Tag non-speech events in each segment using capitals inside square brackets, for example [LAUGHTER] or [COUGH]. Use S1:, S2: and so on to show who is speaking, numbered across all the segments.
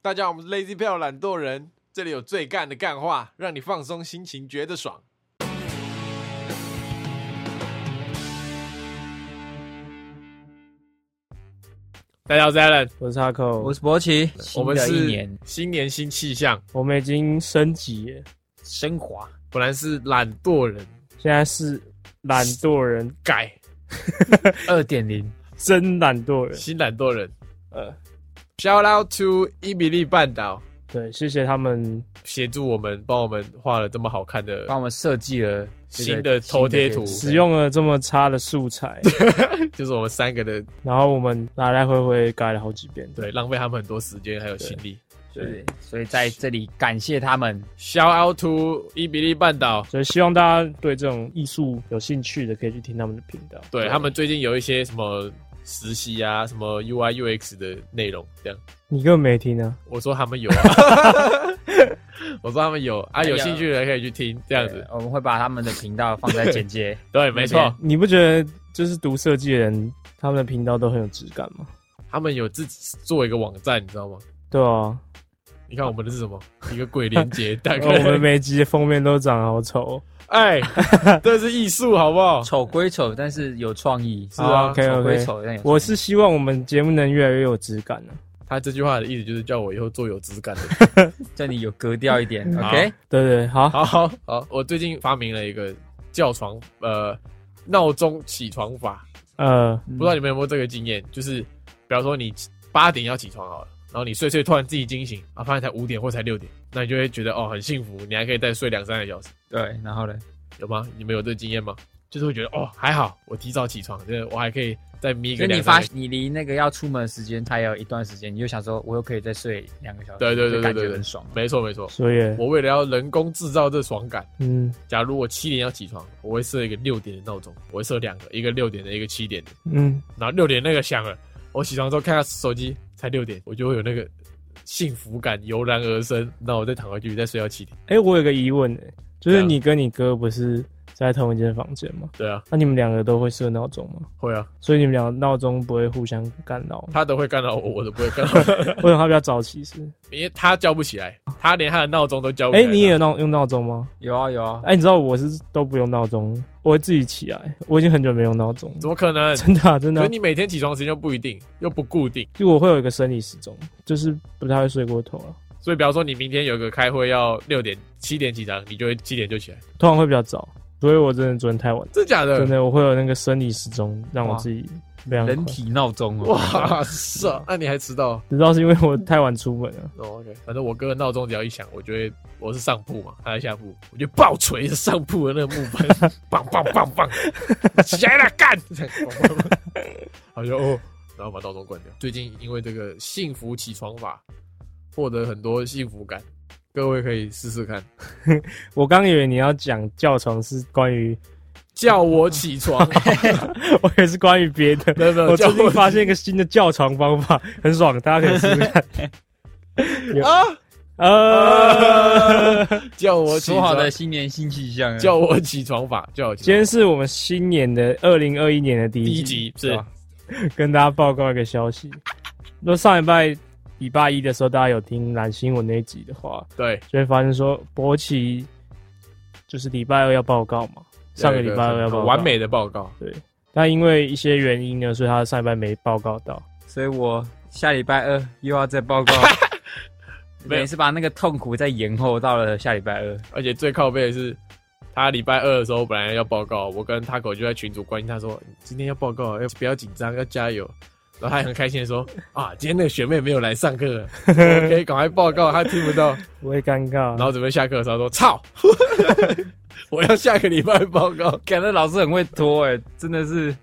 S1: 大家好，我们是 Lazy 票懒惰人，这里有最干的干话，让你放松心情，觉得爽。
S2: 大家好，我是 Alan，
S3: 我是 Taco，
S4: 我是博奇，
S1: 我
S2: 我
S1: 们
S2: 们
S1: 是
S2: 是新年新气象，
S3: 我们已经升级了，
S2: 升华。本来是懒惰人
S3: 现在是懒惰人，
S2: 改 [LAUGHS] 二点零，
S3: 真懒惰人。
S2: 新懒惰人。
S3: 呃，
S2: Shout out to 伊比利半岛，
S3: 对，谢谢他们。
S2: 协助我们，帮我们画了这么好看 [LAUGHS] 的
S4: 帮我们设计了这个
S2: 新的头贴图
S4: 新的
S3: 使用了这么差的素材，
S2: 就是我们三个的，
S3: 然后我们来来回回改了好几遍。
S2: 对，浪费他们很多时间还有心力。
S4: 贴图，对，所以在这里感谢他们。
S2: Shout out to 伊比利半岛，
S3: 所以希望大家对这种艺术有兴趣的，可以去听他们的频道。
S2: 对他们最近有一些什么实习啊，什么 UI UX 的内容，这样。
S3: 你根本没听啊！
S2: 我说他们有、 [LAUGHS] 啊，我说他们有啊，有兴趣的人可以去听，这
S4: 这
S2: 样子。
S4: 呃我们会把他们的频道放在简介。
S2: 对，没错
S4: 边，
S3: 你不觉得就是读设计的人，他们的频道都很有质感吗？
S2: 他们有自己做一个网站，你知道吗？
S3: 对啊，
S2: 你看我们的是 [LAUGHS] 什么？一个鬼连接，大概
S3: 然后我们每集的封面都长得好丑哦。
S2: [LAUGHS] 哎，这是艺术，好不 [LAUGHS] 好？
S4: 丑归丑，但是有创意。
S2: 是啊
S3: ，OK
S4: 丑
S3: OK
S4: 归。丑，但有
S3: 哦我是希望我们节目能越来越有质感啊。
S2: 他这句话的意思就是叫我以后做有质感 [LAUGHS] 的。
S4: 这里有格调一点。
S2: 嗯好
S4: OK，
S3: 对对，好，
S2: 好好好，我最近发明了一个叫床呃闹钟起床法，
S3: 呃，
S4: 嗯
S2: 不知道你们有没有这个经验？就是比方说你八点要起床好了，然后你睡睡突然自己惊醒啊，发现才五点或才六点，那你就会觉得哦很幸福，你还可以再睡两三个小时，
S4: 对，然后呢？
S2: 有吗？你们有这个经验吗？就是会觉得哦还好，我提早起床，就是我还可以再眯
S4: 就
S2: 个
S4: 你
S2: 两
S4: 发
S2: 三个。
S4: 你离那个要出门的时间，它也有一段时间，你就想说，我又可以再睡两个小时，
S2: 对对对
S4: 就
S2: 对
S4: 感
S2: 对啊
S4: 觉
S2: 对
S4: 很，爽。
S2: 没错没错。
S3: 所以，
S2: 我为了要人工制造这爽感，
S3: 嗯
S2: 假如我七点要起床，我会设一个六点的闹钟，我会设两个，一个六点的，一个七点的。
S3: 嗯，
S2: 然后六点那个响了，我起床之后看下手机，才六点，我就会有那个幸福感油然而生。那我再躺回去，再睡到七点。
S3: 哎、我有个疑问、欸，就是
S2: 对啊
S3: 你跟你哥不是在同一间房间吗？
S2: 对啊，
S3: 那、你们两个都会设闹钟吗？
S2: 会啊，
S3: 所以你们俩闹钟不会互相干扰吗？
S2: 他都会干扰我，我都不会干扰，
S3: 为什么他比较早起是？
S2: 因为他叫不起来，他连他的闹钟都叫不
S3: 哎、
S2: 起来。
S3: 你也有闹用闹钟吗？
S4: 有啊有啊
S3: 哎、，你知道我是都不用闹钟，我会自己起来。我已经很久没用闹钟了，
S2: 怎么可能？
S3: 真的啊、真的
S2: 所
S3: 啊、
S2: 以你每天起床时间又不一定，又不固定。
S3: 就我会有一个生理时钟，就是不太会睡过头啊，
S2: 所以，比方说你明天有个开会要六点、七点起床，你就会七点就起来，
S3: 通常会比较早。所以我真的昨天太晚，
S2: 真假
S3: 真
S2: 的？
S3: 的我会有那个生理时钟让我
S4: 哇
S3: 自己非常
S4: 人
S3: 快
S4: 体闹钟哦。
S2: 哇塞！那、你还迟到？
S3: 你知道是因为我太晚出门了，
S2: 哦、o k 反正我哥的闹钟只要一响，我就会我是上铺嘛，他在下铺，我就暴锤上铺的那个木板， [LAUGHS] 棒棒棒棒，起来了，干！ [LAUGHS] 这样砰砰砰他就哦，然后把闹钟关掉。最近因为这个幸福起床法，获得很多幸福感，各位可以试试看。
S3: 我刚以为你要讲叫床是关于， [LAUGHS]
S2: 叫我起床，
S3: 我以为是关于别的。
S2: 没有没有，
S3: 我
S2: 叫
S3: 最近
S2: 我
S3: 发现一个新的叫床方法，很爽，大家可以试试看。有
S2: 啊
S3: 呃，
S2: 叫我起
S4: 说好
S2: 床，
S4: 的新年新气象啊，
S2: 叫我起床法，叫我起
S3: 今
S2: 床
S3: 天
S2: 法。
S3: 是我们新年的二零二一年的第
S2: 第一
S3: 一
S2: 集
S3: 集，
S2: 是
S3: 吧跟大家报告一个消息。那上礼拜礼拜一的时候，大家有听蓝新闻那一集的话，
S2: 对
S3: 就会发现说博奇就是礼拜二要报告嘛，上个礼拜二要报告，
S2: 完美的报告，
S3: 但因为一些原因呢，所以他上一班没报告到。
S4: 所以我下礼拜二又要再报 [LAUGHS] 告，
S2: 没有
S4: 等于是把那个痛苦再延后到了下礼拜二。
S2: 而且最靠背的是，他礼拜二的时候本来要报告，我跟他狗就在群组关心他说，嗯今天要报告，要不要紧张，要加油。然后他也很开心的说，啊，今天那个学妹没有来上课，我可以赶快报告，他听不到。
S3: 不会尴尬
S2: 然。后准备下课的时候说，操， [LAUGHS] 我要下个礼拜报告。
S4: 感觉老师很会拖哎、真的是。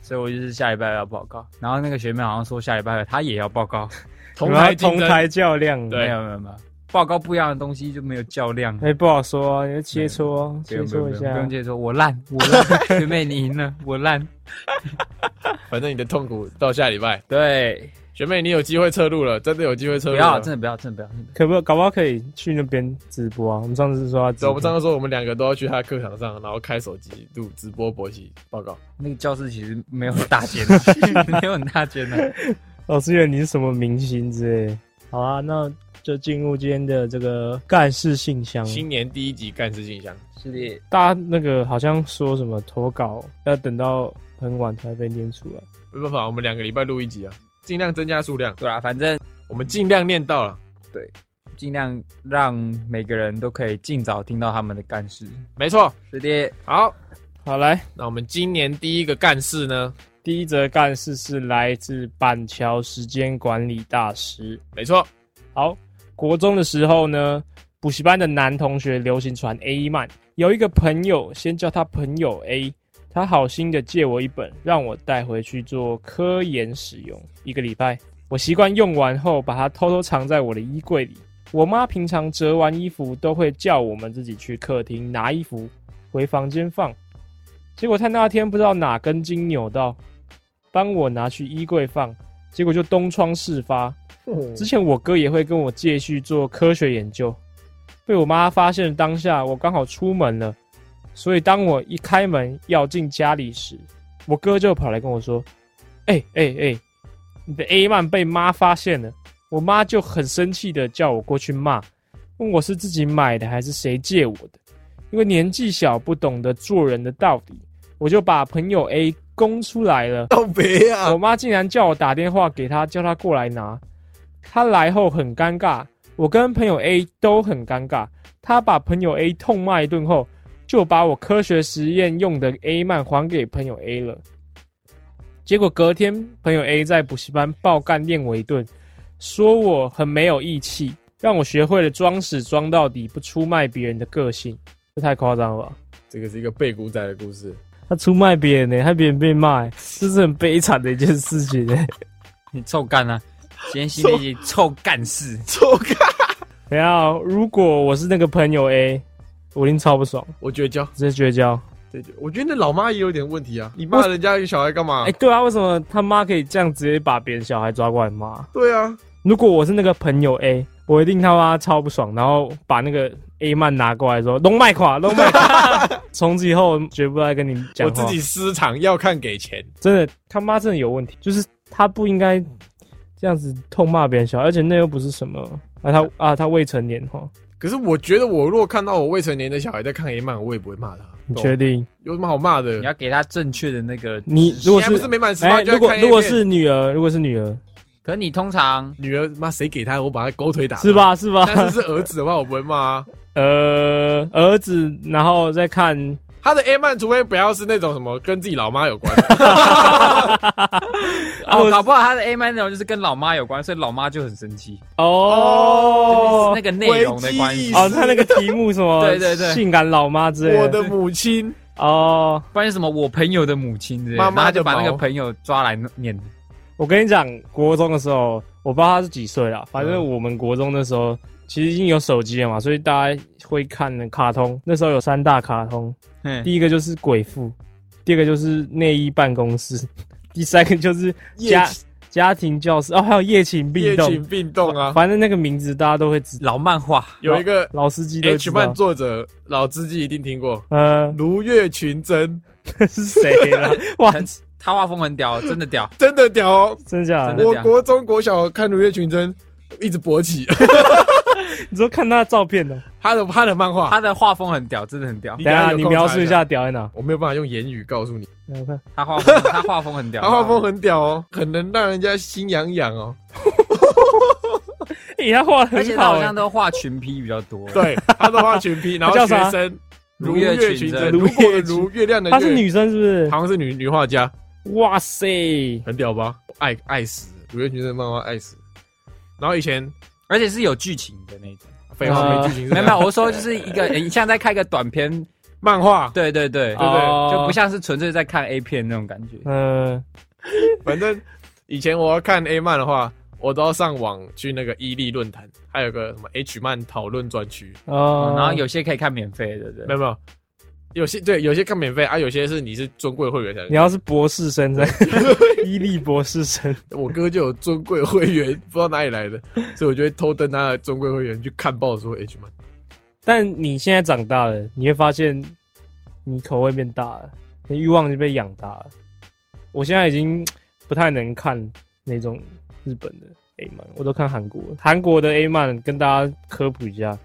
S4: 所以我就是下礼拜二要报告，然后那个学妹好像说下礼拜二她也要报告，
S2: 同
S3: 然后
S2: 台竞
S3: 同
S2: 争，
S3: 台较量，欸
S2: 对
S4: 没有没有没有，报告不一样的东西就没有较量。
S3: 哎、不好说、啊，你就切磋啊，
S4: 不
S3: 切
S4: 用不
S3: 磋一
S4: 用不用不
S3: 下
S4: 用。接说，我烂我烂， [LAUGHS] 学妹你赢了，我烂。
S2: 反正你的痛苦到下礼拜。
S4: 对，
S2: 学妹，你有机会侧录了，真的有机会侧
S4: 不
S2: 录
S4: 要
S2: 了。
S4: 真的不要真的不要真的
S3: 可不，搞不好可以去那边直播啊。我们上次说要
S2: 对，
S3: 直播，
S2: 我们上次说我们两个都要去他的课堂上，然后开手机录直播博喜报告。
S4: 那个教室其实 [LAUGHS] 没有很大间、啊，没有很大间的、
S3: 老师以为你是什么明星之类的，好啊，那就进入今天的这个干事信
S4: 嗯
S3: 箱。
S2: 新年第一集干事信箱，
S4: 是的，
S3: 大家那个好像说什么投稿要等到很晚才被念出来，
S2: 没办法，我们两个礼拜录一集啊，尽量增加数量，
S4: 对啦，啊反正
S2: 我们尽量念到了。
S4: 尽量让每个人都可以尽早听到他们的干事。
S2: 没错，
S4: 是的，
S2: 好，
S3: 好来，
S2: 那我们今年第一个干事呢？
S3: 第一则干事是来自板桥时间管理大师。
S2: 没错，
S3: 好，国中的时候呢，补习班的男同学流行传 A 漫，有一个朋友先叫他朋友 A，他好心的借我一本，让我带回去做科研使用，一个礼拜。我习惯用完后，把它偷偷藏在我的衣柜里。我妈平常折完衣服都会叫我们自己去客厅拿衣服，回房间放。结果他那天不知道哪根筋扭到，帮我拿去衣柜放，结果就东窗事发，之前我哥也会跟我借去做科学研究，被我妈发现的当下，我刚好出门了，所以当我一开门要进家里时，我哥就跑来跟我说：“哎哎哎，你的 A 曼被妈发现了。”我妈就很生气的叫我过去骂，问我是自己买的还是谁借我的，因为年纪小不懂得做人的道理，我就把朋友 A 供出来了。
S1: 告别啊
S3: [LAUGHS] 我！妈竟然叫我打电话给她，叫她过来拿。她来后很尴尬，我跟朋友 A 都很尴尬。她把朋友 A 痛骂一顿后，就把我科学实验用的 A 漫还给朋友 A 了。结果隔天，朋友 A 在补习班爆干练我一顿，说我很没有义气，让我学会了装死装到底、不出卖别人的个性。这太夸张了吧！
S2: 这个是一个背古仔的故事，
S3: 他出卖别人呢、害别人被骂、这是很悲惨的一件事情呢、
S4: 你臭干啊！今天新的一集臭干事，
S1: 臭干，
S3: 等一下哦，如果我是那个朋友 A，我一定超不爽，
S2: 我绝交。
S3: 直接绝交。
S2: 这就我觉得那老妈也有点问题啊，你骂人家有小孩干嘛
S3: 哎、？对啊，为什么他妈可以这样直接把别人小孩抓过来骂？
S2: 对啊，
S3: 如果我是那个朋友 A，我一定他妈超不爽，然后把那个 A 曼拿过来说龙脉垮，龙脉垮。 [LAUGHS] 从此以后绝不再跟你讲
S2: 我
S3: 话。
S2: 自己私藏，要看给钱。
S3: 真的他妈真的有问题，就是他不应该这样子痛骂别人小孩，而且那又不是什么啊他啊他未成年哈，
S2: 可是我觉得，我如果看到我未成年的小孩在看 A 漫，我也不会骂他。
S3: 你
S2: 懂
S3: 确定？
S2: 有什么好骂的
S4: [LAUGHS] 你？要给他正确的那个。
S3: 你如果
S2: 现在不是没满十
S3: 哎、
S2: 八就
S3: 如
S2: 要
S3: 果
S2: 看 A
S3: 如果
S2: 片
S3: 是女儿，如果是女儿，
S4: 可你通常
S2: 女儿，妈谁给他，我把他狗腿打，
S3: 是？吧是吧？
S2: 但是是儿子的话，我不会骂啊。
S3: 呃，儿子，然后
S2: [LAUGHS]
S3: 再看，
S2: 他的 A 漫，除非不要是那种什么跟自己老妈有关
S3: [LAUGHS]
S2: 的，
S3: 啊
S4: 哦，搞不好他的 A 曼内容就是跟老妈有关，所以老妈就很生气，
S3: 哦
S4: 就是那个内容的关
S2: 危机
S4: 系
S2: 意。识
S3: 哦，他那个题目什么？
S2: [LAUGHS]
S4: 对对对
S3: 性感老妈之类
S2: 我的母亲，
S3: 哦，
S4: 不然是什么我朋友的母亲之类的，
S2: 妈妈的
S4: 然后他就把那个
S2: 毛
S4: 朋友抓来念。
S3: 我跟你讲，国中的时候，我不知道他是几岁啦，反正我们国中的时候，其实已经有手机了嘛，所以大家会看的卡通。那时候有三大卡通，
S4: 嗯，
S3: 第一个就是《鬼父》，第二个就是《内衣办公室》， [LAUGHS] 第三个就是
S2: 夜
S3: 家家庭教师，哦，还有夜勤
S2: 夜
S3: 病动。
S2: 情病动啊，
S3: 反正那个名字大家都会知，
S4: 老漫画，
S2: 有一个
S3: 老司机都会
S2: H
S3: 知
S2: 漫
S3: 道。
S2: 作者老司机一定听过，
S3: 呃，
S2: [LAUGHS] 如月群真，
S3: 是谁啦？ [LAUGHS] 哇，
S4: 他画风很屌，真的屌。
S2: 真的屌哦！
S3: 真的假
S4: 真
S3: 的
S4: 的？
S2: 我国中国小看如月群真，一直勃起， [LAUGHS]
S3: 你说看他的照片呢？哦
S2: 他的他的漫画，
S4: 他的画风很屌，真的很屌
S2: 你。
S3: 等一下
S2: 有空
S3: 你描述一
S2: 查
S3: 下屌在哪？ [LAUGHS]
S2: 我没有办法用言语告诉你，
S3: 来我看，
S4: 他画风，他画风很屌。
S2: [LAUGHS] 他画风很屌哦，很能让人家心痒痒哦。
S3: 诶，他画的
S4: 而且
S3: 很
S4: 他
S3: 好
S4: 好
S3: 欸
S4: 像。都画群批比较多。，
S3: [LAUGHS]
S2: 对，他都画群批，然后
S3: 叫
S2: 学
S3: 啥
S2: 生
S4: 如
S2: 如
S4: 月
S2: 月
S4: 群
S2: 群
S4: 真
S2: 真，如果的
S3: 如
S2: 如月亮的月，
S3: 她是女生是不是？
S2: 好像是女女画家，
S3: 哇塞，
S2: 很屌吧？爱爱死了如月群真漫画爱死了。然后以前
S4: 而且是有剧情的那
S3: [LAUGHS]
S4: 种。
S2: 废话
S3: 啊
S2: 没剧情，
S4: 没有没有，我说就是一个，你像在看一个短片，
S2: 漫画，
S4: 对对对，
S2: 对
S3: 哦
S4: 就不像是纯粹在看 A 片那种感觉。
S3: 嗯，
S2: 反正以前我要看 A 漫的话，我都要上网去那个伊利论坛，还有个什么 H 漫讨论专区，
S3: 哦，
S4: 然后有些可以看免费的，对
S2: 没有没有。有些对，有些看免费啊，有些是你是尊贵会员才能
S3: 你要是博士生的，伊利博士生，
S2: 我哥就有尊贵会员， [LAUGHS] 不知道哪里来的，所以我就会偷登他的尊贵会员去看报说 H 漫。
S3: 但你现在长大了，你会发现你口味变大了，你欲望就被养大了。我现在已经不太能看那种日本的， A 漫，我都看韩国的。韩国的 A 漫跟大家科普一下，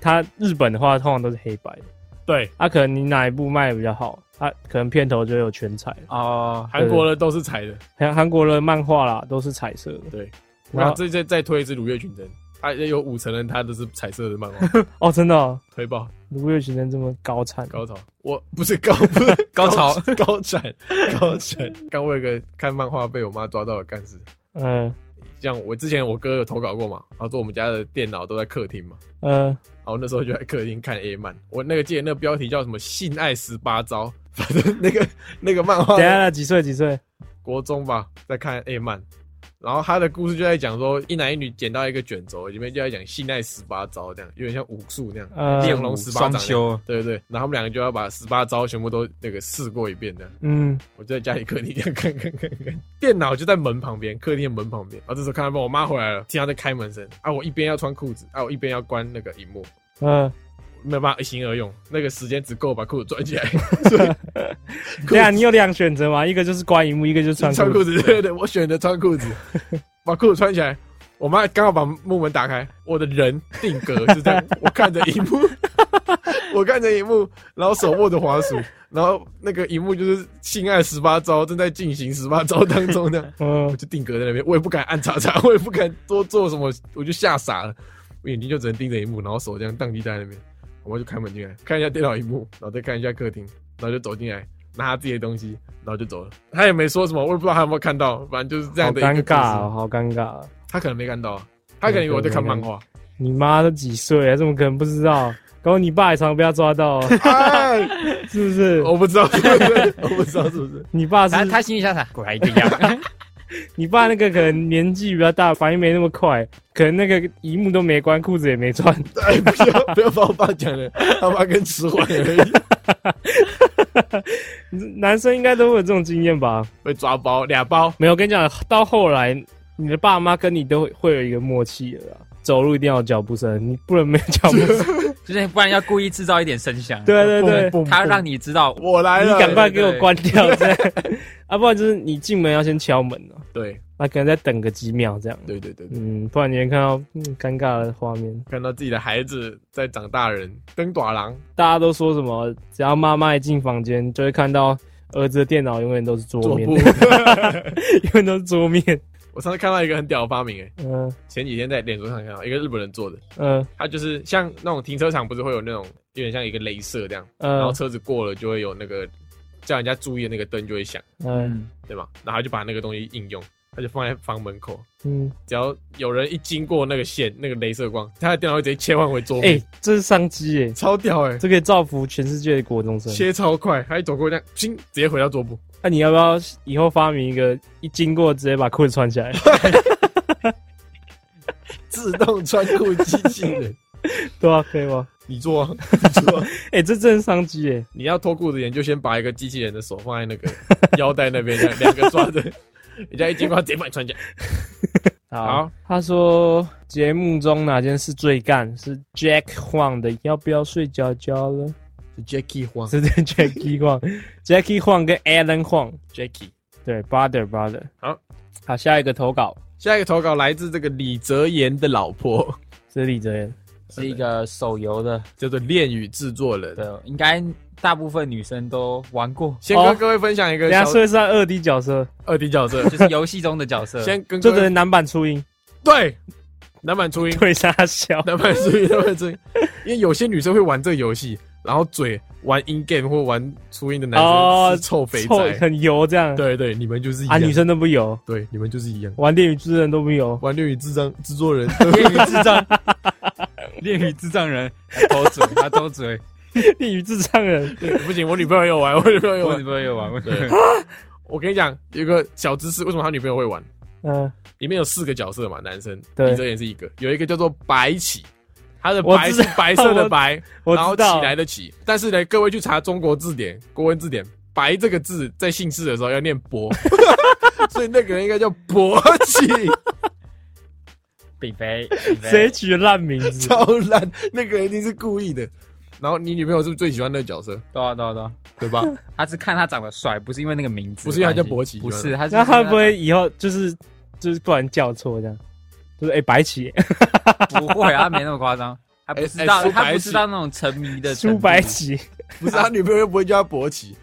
S3: 它日本的话通常都是黑白的，
S2: 对，
S3: 它、可能你哪一部卖的比较好，它、可能片头就有全彩。
S4: 哦，
S2: 韩国的都是彩的。
S3: 韩韩国的漫画啦都是彩色的
S2: 对，
S3: 然
S2: 那
S3: 后
S2: 这再再推一支《如月群真》，啊，有五成人他都是彩色的漫画，
S3: 哦，真的、哦，
S2: 推爆
S3: 如果有情人这么高产，
S2: 高潮。我不是高，不是
S4: 高潮
S2: 高产，高产。刚我有个看漫画被我妈抓到的干事，
S3: 嗯
S2: 像我之前我哥有投稿过嘛，然后说我们家的电脑都在客厅嘛，
S3: 嗯，
S2: 然后那时候就在客厅看 A 漫，我那个记得那个标题叫什么“性爱十八招”，反正那个那个漫画
S3: 等一下几岁几岁？
S2: 国中吧，在看 A 漫，然后他的故事就在讲说一男一女捡到一个卷轴，里面就在讲性爱十八招这样，有点像武术那样，
S3: 呃
S2: 练龙十八掌
S4: 双
S2: 那样。
S4: 修，
S2: 对对对，然后他们两个就要把十八招全部都那个试过一遍这样。
S3: 嗯，
S2: 我就在家里客厅这样看看看看， [LAUGHS] 电脑就在门旁边，客厅的门旁边。啊，这时候看到我妈回来了，听到在开门声啊，我一边要穿裤子啊，我一边要关那个荧幕，
S3: 嗯，
S2: 没有办法一心二用，那个时间只够把裤子穿起来。 [LAUGHS] 所以
S3: [LAUGHS] 对啊，你有两选择嘛，一个就是关荧幕，一个就是穿
S2: 穿
S3: 裤
S2: 裤。子，对对，我选择穿裤子，把裤子穿起来。我妈刚好把木门打开，我的人定格是这样， [LAUGHS] 我看着荧幕，我看着荧幕，然后手握着滑鼠，然后那个荧幕就是性爱十八招正在进行十八招当中呢，
S3: 嗯
S2: 我，就定格在那边，我也不敢按叉叉， [LAUGHS] 我也不敢多做什么，我就吓傻了，我眼睛就只能盯着荧幕，然后手这样荡地在那边，我妈就开门进来，看一下电脑荧幕，然后再看一下客厅，然后就走进来。拿他自己的东西，然后就走了。他也没说什么，我也不知道他有没有看到，反正就是这
S3: 好
S2: 样的一个
S3: 尴
S2: 故事
S3: 尬哦，好尴尬哦。
S2: 他可能没看到啊，他可能以为我在看漫画。
S3: 你妈都几岁啊？怎么可能不知道？搞你爸也常被他抓到
S2: [LAUGHS]
S3: 哦，
S2: 哎，
S3: 是不是？
S2: 我不知道 [LAUGHS] 是不是，我不知道是不是。
S3: 你爸是
S4: 他他心里想想，果然一
S3: [LAUGHS]
S4: 定要，
S3: 你爸那个可能年纪比较大，反应没那么快，可能那个荧幕都没关，裤子也没穿。 [LAUGHS]
S2: 哎，不要 [LAUGHS] 不要把我爸讲了，他爸跟迟缓而已，
S3: 男生应该都会有这种经验吧？
S2: [LAUGHS] 被抓包俩包。
S3: 没有，我跟你讲，到后来你的爸妈跟你都会会有一个默契了啦。啊走路一定要有脚步声，你不能没有脚步
S2: [LAUGHS]
S3: 声。
S4: 就是不然要故意制造一点声响，
S3: 对对对，
S2: 蹦蹦
S4: 他让你知道
S2: 我来
S3: 你
S2: 了，
S3: 赶快给我
S4: 对
S3: 关掉，这样。 [LAUGHS] 啊，不然就是你进门要先敲门哦，
S2: 对
S3: 那可能再等个几秒这样。
S2: 对对对对，
S3: 嗯，不然你会看到嗯尴尬的画面。
S2: 看到自己的孩子在长大人，登短郎，
S3: 大家都说什么，只要妈妈一进房间，就会看到儿子的电脑永远都是桌
S2: 做
S3: 面，
S2: 布。
S3: [LAUGHS] 永远都是桌面。
S2: [LAUGHS] 我上次看到一个很屌的发明，哎，
S3: 嗯
S2: 前几天在脸书上看到一个日本人做的，
S3: 嗯
S2: 他就是像那种停车场不是会有那种有点像一个镭射这样，然后
S3: 嗯
S2: 车子过了就会有那个叫人家注意的那个灯就会响。
S3: 嗯
S4: 嗯，
S2: 对吧？然后他就把那个东西应用，他就放在房门口，
S3: 嗯，
S2: 只要有人一经过那个线，那个镭射光，他的电脑会直接切换回桌面，
S3: 哎，这是商机哎，
S2: 超屌哎、
S3: 这可以造福全世界的国中生。
S2: 切超快，他一走过这样，砰，直接回到桌布，
S3: 那你要不要以后发明一个，一经过直接把裤子穿 [LAUGHS] 起来？
S2: 自动穿裤机器人，
S3: 对啊，可以吗？
S2: [LAUGHS] 你做、啊，你做啊、
S3: 哎、这真是商机耶！
S2: 你要脱裤子前就先把一个机器人的手放在那个 [LAUGHS] 腰带那边，
S3: [LAUGHS]
S2: 这样两个抓着，人家一经过他直接把你穿起来，好，
S3: 他说节目中哪件事最干？是 Jack Huang 的，要不要睡觉觉了？ [LAUGHS]
S2: 是 Jackie 黄
S3: 是 Jackie Huang，Jackie Huang 跟 Alan Huang，
S2: Jackie。
S3: 对，brother brother。
S2: 好，
S3: 好，下一个投稿
S2: 下一个投稿来自这个李泽言的老婆， [LAUGHS]
S3: 是李哲言，
S4: 是一个手游的，
S2: 叫做恋与制作人。
S4: 对，应该大部分女生都玩过，
S2: 先跟
S3: 哦
S2: 各位分享一个
S3: 人家
S2: 小
S3: 说是他二 D 角色，
S2: 二 D 角
S3: [LAUGHS]
S2: 色，
S4: 就是游戏中的角色，
S2: 先跟
S3: 就
S2: 各
S3: 等于
S2: 位
S3: 男版初音，
S2: 对男版初音， [LAUGHS]
S3: 对他笑。
S2: 男版
S3: [LAUGHS]
S2: 初音，男版初音，因为有些女生会玩这个游戏，然后嘴玩 in game 或玩初音的男
S3: 哦
S2: 生是臭肥
S3: 臭
S2: 宅，
S3: 很油这样，
S2: 对对，你们就是一
S3: 啊，
S2: 样，
S3: 女生都不油，
S2: 对你们就是一样，
S3: 玩电影之人都不 [LAUGHS] 油。
S2: 玩绿与智障制作人， [LAUGHS]
S4: 恋与智障，恋与智障人，他偷嘴，他偷
S3: [LAUGHS]
S4: 嘴，
S3: 恋与智障人，
S2: 不
S4: [LAUGHS]
S2: 行，我女朋友有玩，我女朋友有
S4: 我
S2: 玩
S4: 女，朋友玩过，
S2: 对，我跟你讲有一个小知识，为什么他女朋友会玩？
S3: 嗯、
S2: 里面有四个角色嘛，男生，
S3: 对
S2: 李哲也是一个，有一个叫做白起，他的
S3: 我
S2: 白
S3: 知
S2: 是
S3: 道
S2: 白色的
S3: 我
S2: 白，
S3: 我
S2: 然后
S3: 知
S2: 起
S3: 道，
S2: 来的起，但是呢，各位去查中国字典、国文字典，“白”这个字在姓氏的时候要念“伯”，所以那个人应该叫伯起，
S4: 饼
S3: [LAUGHS]
S4: 肥，饼肥
S3: 谁取的烂名
S2: [LAUGHS]
S3: 字？
S2: 超烂，那个人一定是故意的。然后你女朋友是不是最喜欢那个角色，
S4: 对啊对啊对啊，
S2: 对
S3: [LAUGHS]
S2: 吧？
S4: 他是看他长得帅，不是因为那个名字的关系，
S2: 不是因为他叫勃起
S4: 不是，他是
S3: 那他会不会以后就是就是不然叫错这样？就是哎、
S2: [LAUGHS]
S3: 白起，
S4: [LAUGHS] 不会啊，他没那么夸张，还不知
S2: 哎
S4: 道
S2: 哎苏
S4: 他
S2: 白
S4: 不
S2: 起
S4: 知道那种沉迷
S3: [LAUGHS]
S4: 的程
S3: 苏
S4: 度
S3: 白起，
S1: 不是他女朋友又不会叫他勃起，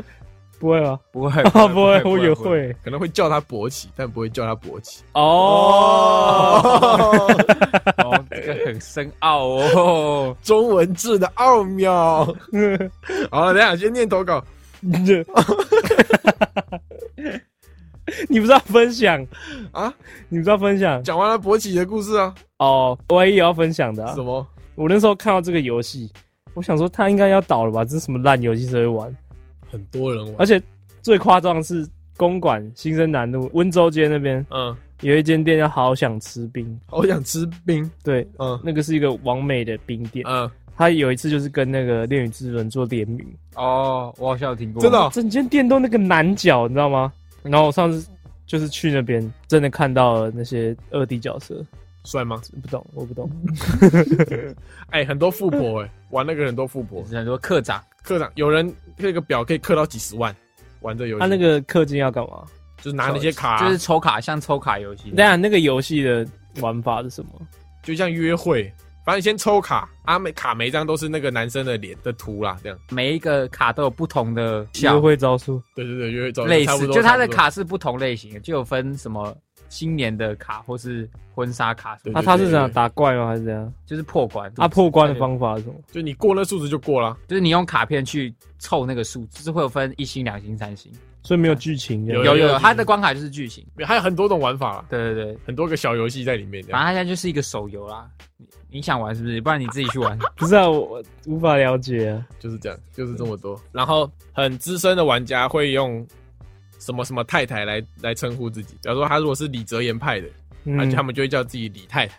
S3: 不会吗？
S4: 不会
S3: 哦，不会，我也会
S1: 可能会叫他勃起，但不会叫他勃起。
S4: 哦，
S2: [LAUGHS]
S1: 哦，
S4: 哦这个很深奥哦。
S1: 中文字的奥妙。好了，等一下先念投稿。
S3: 这 [LAUGHS] 你不是要分享
S1: 啊？
S3: 你不是要分享
S1: 讲完了勃起的故事啊，
S3: 哦？我也要分享的、啊
S1: 什。么？
S3: 我那时候看到这个游戏，我想说他应该要倒了吧？这是什么烂游戏才会玩？
S2: 很多人玩
S3: 而，且最夸张的是，公馆新生南路温州街那边
S2: 嗯，
S3: 有一间店叫“好想吃冰
S1: 好想吃冰。”，
S3: 对，
S1: 嗯
S3: 那个是一个完美的冰店。
S2: 嗯，
S3: 他有一次就是跟那个《恋与之轮》做联名，
S4: 哦，我好像有听过，
S1: 真的哦
S3: 整间店都那个南角，你知道吗？然后我上次就是去那边，真的看到了那些二 D 角色，
S2: 帅吗？
S3: 不懂，我不懂。
S2: 嗯哎，很多富婆哎，玩那个很多富婆，
S4: 很多课长
S2: 课长有人那个表可以氪到几十万，玩这游戏，
S3: 他、啊那个氪金要干嘛？
S2: 就是拿那些卡啊，
S4: 就是抽卡，像抽卡游戏。
S2: 嗯
S3: 对啊，那个游戏的玩法是什么？
S2: 就像约会，反正先抽卡，啊每卡每一张都是那个男生的脸的图啦，这样，
S4: 每一个卡都有不同的
S3: 约
S4: 效
S3: 会招数。
S2: 对对对，约会照
S4: 类
S2: 差
S4: 似
S2: 不，多
S4: 就它的
S2: 差不多
S4: 卡是不同类型的，就有分什么新年的卡或是婚纱卡什
S2: 对
S4: 么，
S3: 那、
S2: 对
S3: 啊、他是
S2: 对
S3: 怎样
S2: 对
S3: 打怪吗？还是怎样？
S4: 就是破关
S3: 啊，破关的
S4: 对
S3: 方法是什么？
S2: 就你过那数值就过了，
S4: 就是你用卡片去凑那个数，就是会有分一星、两星、三星。
S3: 所以没有剧情这样。
S2: 有
S4: 有
S2: 有
S4: 有，它的关卡就是剧情。
S2: 还有很多种玩法啦，
S4: 对对对，
S2: 很多个小游戏在里面这
S4: 反正
S2: 样。
S4: 它现在就是一个手游啦。你你想玩是不是？不然你自己
S2: [LAUGHS]
S4: 去玩。
S3: 不是啊，我我无法了解、啊。
S2: 就是这样，就是这么多。然后很资深的玩家会用什么什么太太来来称呼自己，假如说他如果是李泽言派的，
S3: 嗯，
S2: 啊他们就会叫自己李太太；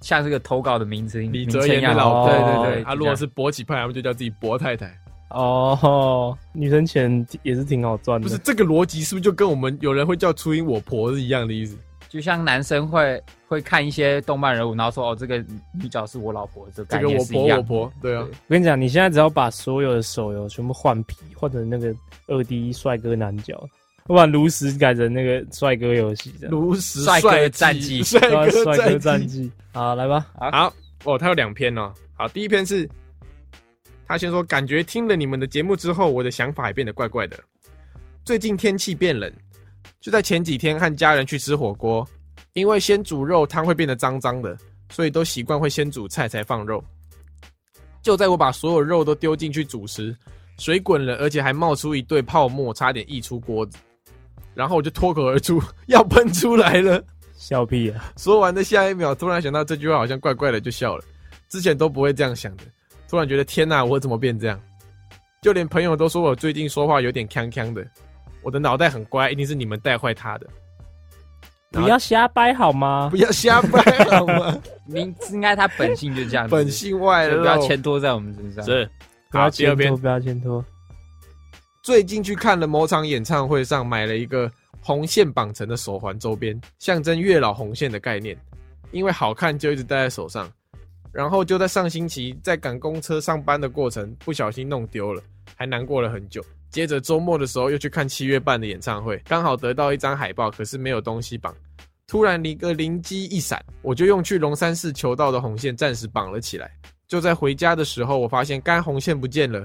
S4: 像这个投稿的名字，
S2: 李
S4: 名
S2: 泽
S4: 称
S2: 言
S4: 一
S2: 的
S4: 样哦
S2: 老婆，
S4: 对对对，
S2: 啊如果是勃起派，他们就叫自己勃太太。
S3: 哦，女生钱也是挺好
S4: 嗯
S3: 赚的。
S2: 不是这个逻辑，是不是就跟我们有人会叫初音我婆是一样的意思？
S4: 就像男生会会看一些动漫人物，然后说哦，这个女角是我老婆，这
S2: 这
S4: 概
S2: 个
S4: 念
S2: 我
S4: 是一
S2: 婆
S4: 样
S2: 我婆，对啊，
S3: 我跟你讲，你现在只要把所有的手游全部换皮，换成那个二 D 帅哥男角，我把炉石改成那个帅哥游戏这样。
S2: 炉石
S4: 帅哥
S2: 帅
S4: 战绩
S2: 帅
S3: 对啊
S2: 哥
S3: 帅哥战
S2: 绩。
S3: 绩，好来吧，
S2: 好哦，他有两篇哦。好，第一篇是他先说，感觉听了你们的节目之后，我的想法也变得怪怪的。最近天气变冷，就在前几天和家人去吃火锅，因为先煮肉汤会变得脏脏的，所以都习惯会先煮菜才放肉。就在我把所有肉都丢进去煮时，水滚了，而且还冒出一堆泡沫，差点溢出锅子。然后我就脱口而出，要喷出来了。
S3: 笑屁啊！
S2: 说完的下一秒，突然想到这句话好像怪怪的，就笑了。之前都不会这样想的，突然觉得天哪、我怎么变这样？就连朋友都说我最近说话有点锵锵的，我的脑袋很乖，一定是你们带坏他的。然
S3: 不
S2: 后
S3: 要瞎掰好吗
S2: [LAUGHS] 不？要瞎掰好吗？
S4: [LAUGHS] 名字应该他本性就这样子，
S2: [LAUGHS] 本性外
S4: 就
S2: 露，
S4: 不要牵拖在我们身上。
S2: 啊是。啊
S3: 不要
S2: 好，第二
S3: 牵
S2: 边
S3: 拖，不要牵拖。
S2: 最近去看了某场演唱会上，买了一个红线绑成的手环周边，象征月老红线的概念，因为好看就一直戴在手上。然后就在上星期，在赶公车上班的过程，不小心弄丢了，还难过了很久。接着周末的时候又去看七月半的演唱会，刚好得到一张海报，可是没有东西绑。突然一个灵机一闪，我就用去龙山寺求道的红线暂时绑了起来。就在回家的时候，我发现该红线不见了，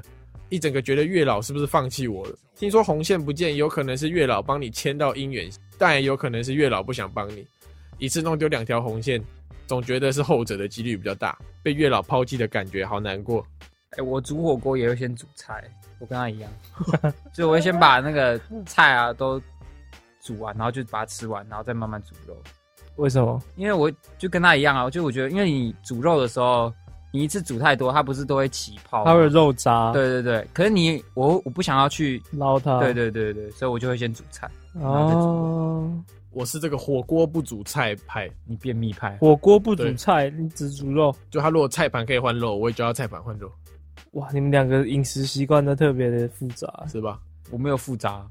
S2: 一整个觉得月老是不是放弃我了？听说红线不见，有可能是月老帮你牵到姻缘，但也有可能是月老不想帮你。一次弄丢两条红线，总觉得是后者的几率比较大，被月老抛弃的感觉好难过。
S4: 哎、我煮火锅也会先煮菜，我跟他一样， [LAUGHS] 所以我会先把那个菜啊都煮完，然后就把它吃完，然后再慢慢煮肉。
S3: 为什么？
S4: 因为我就跟他一样啊，就我觉得，因为你煮肉的时候，你一次煮太多，它不是都会起
S2: 啊
S4: 泡
S3: 它会有
S4: 吗？
S3: 肉渣，
S4: 对对对，可是你我我不想要去，
S3: 捞它。
S4: 对对对对，所以我就会先煮菜。
S3: 哦，
S2: 我是这个火锅不煮菜派，
S4: 你便秘派，
S3: 火锅不煮
S2: 对
S3: 菜，你只煮肉。
S2: 就他如果菜盘可以换肉，我也就要菜盘换肉，
S3: 哇，你们两个饮食习惯都特别的复杂
S2: 是吧？
S4: 我没有复杂，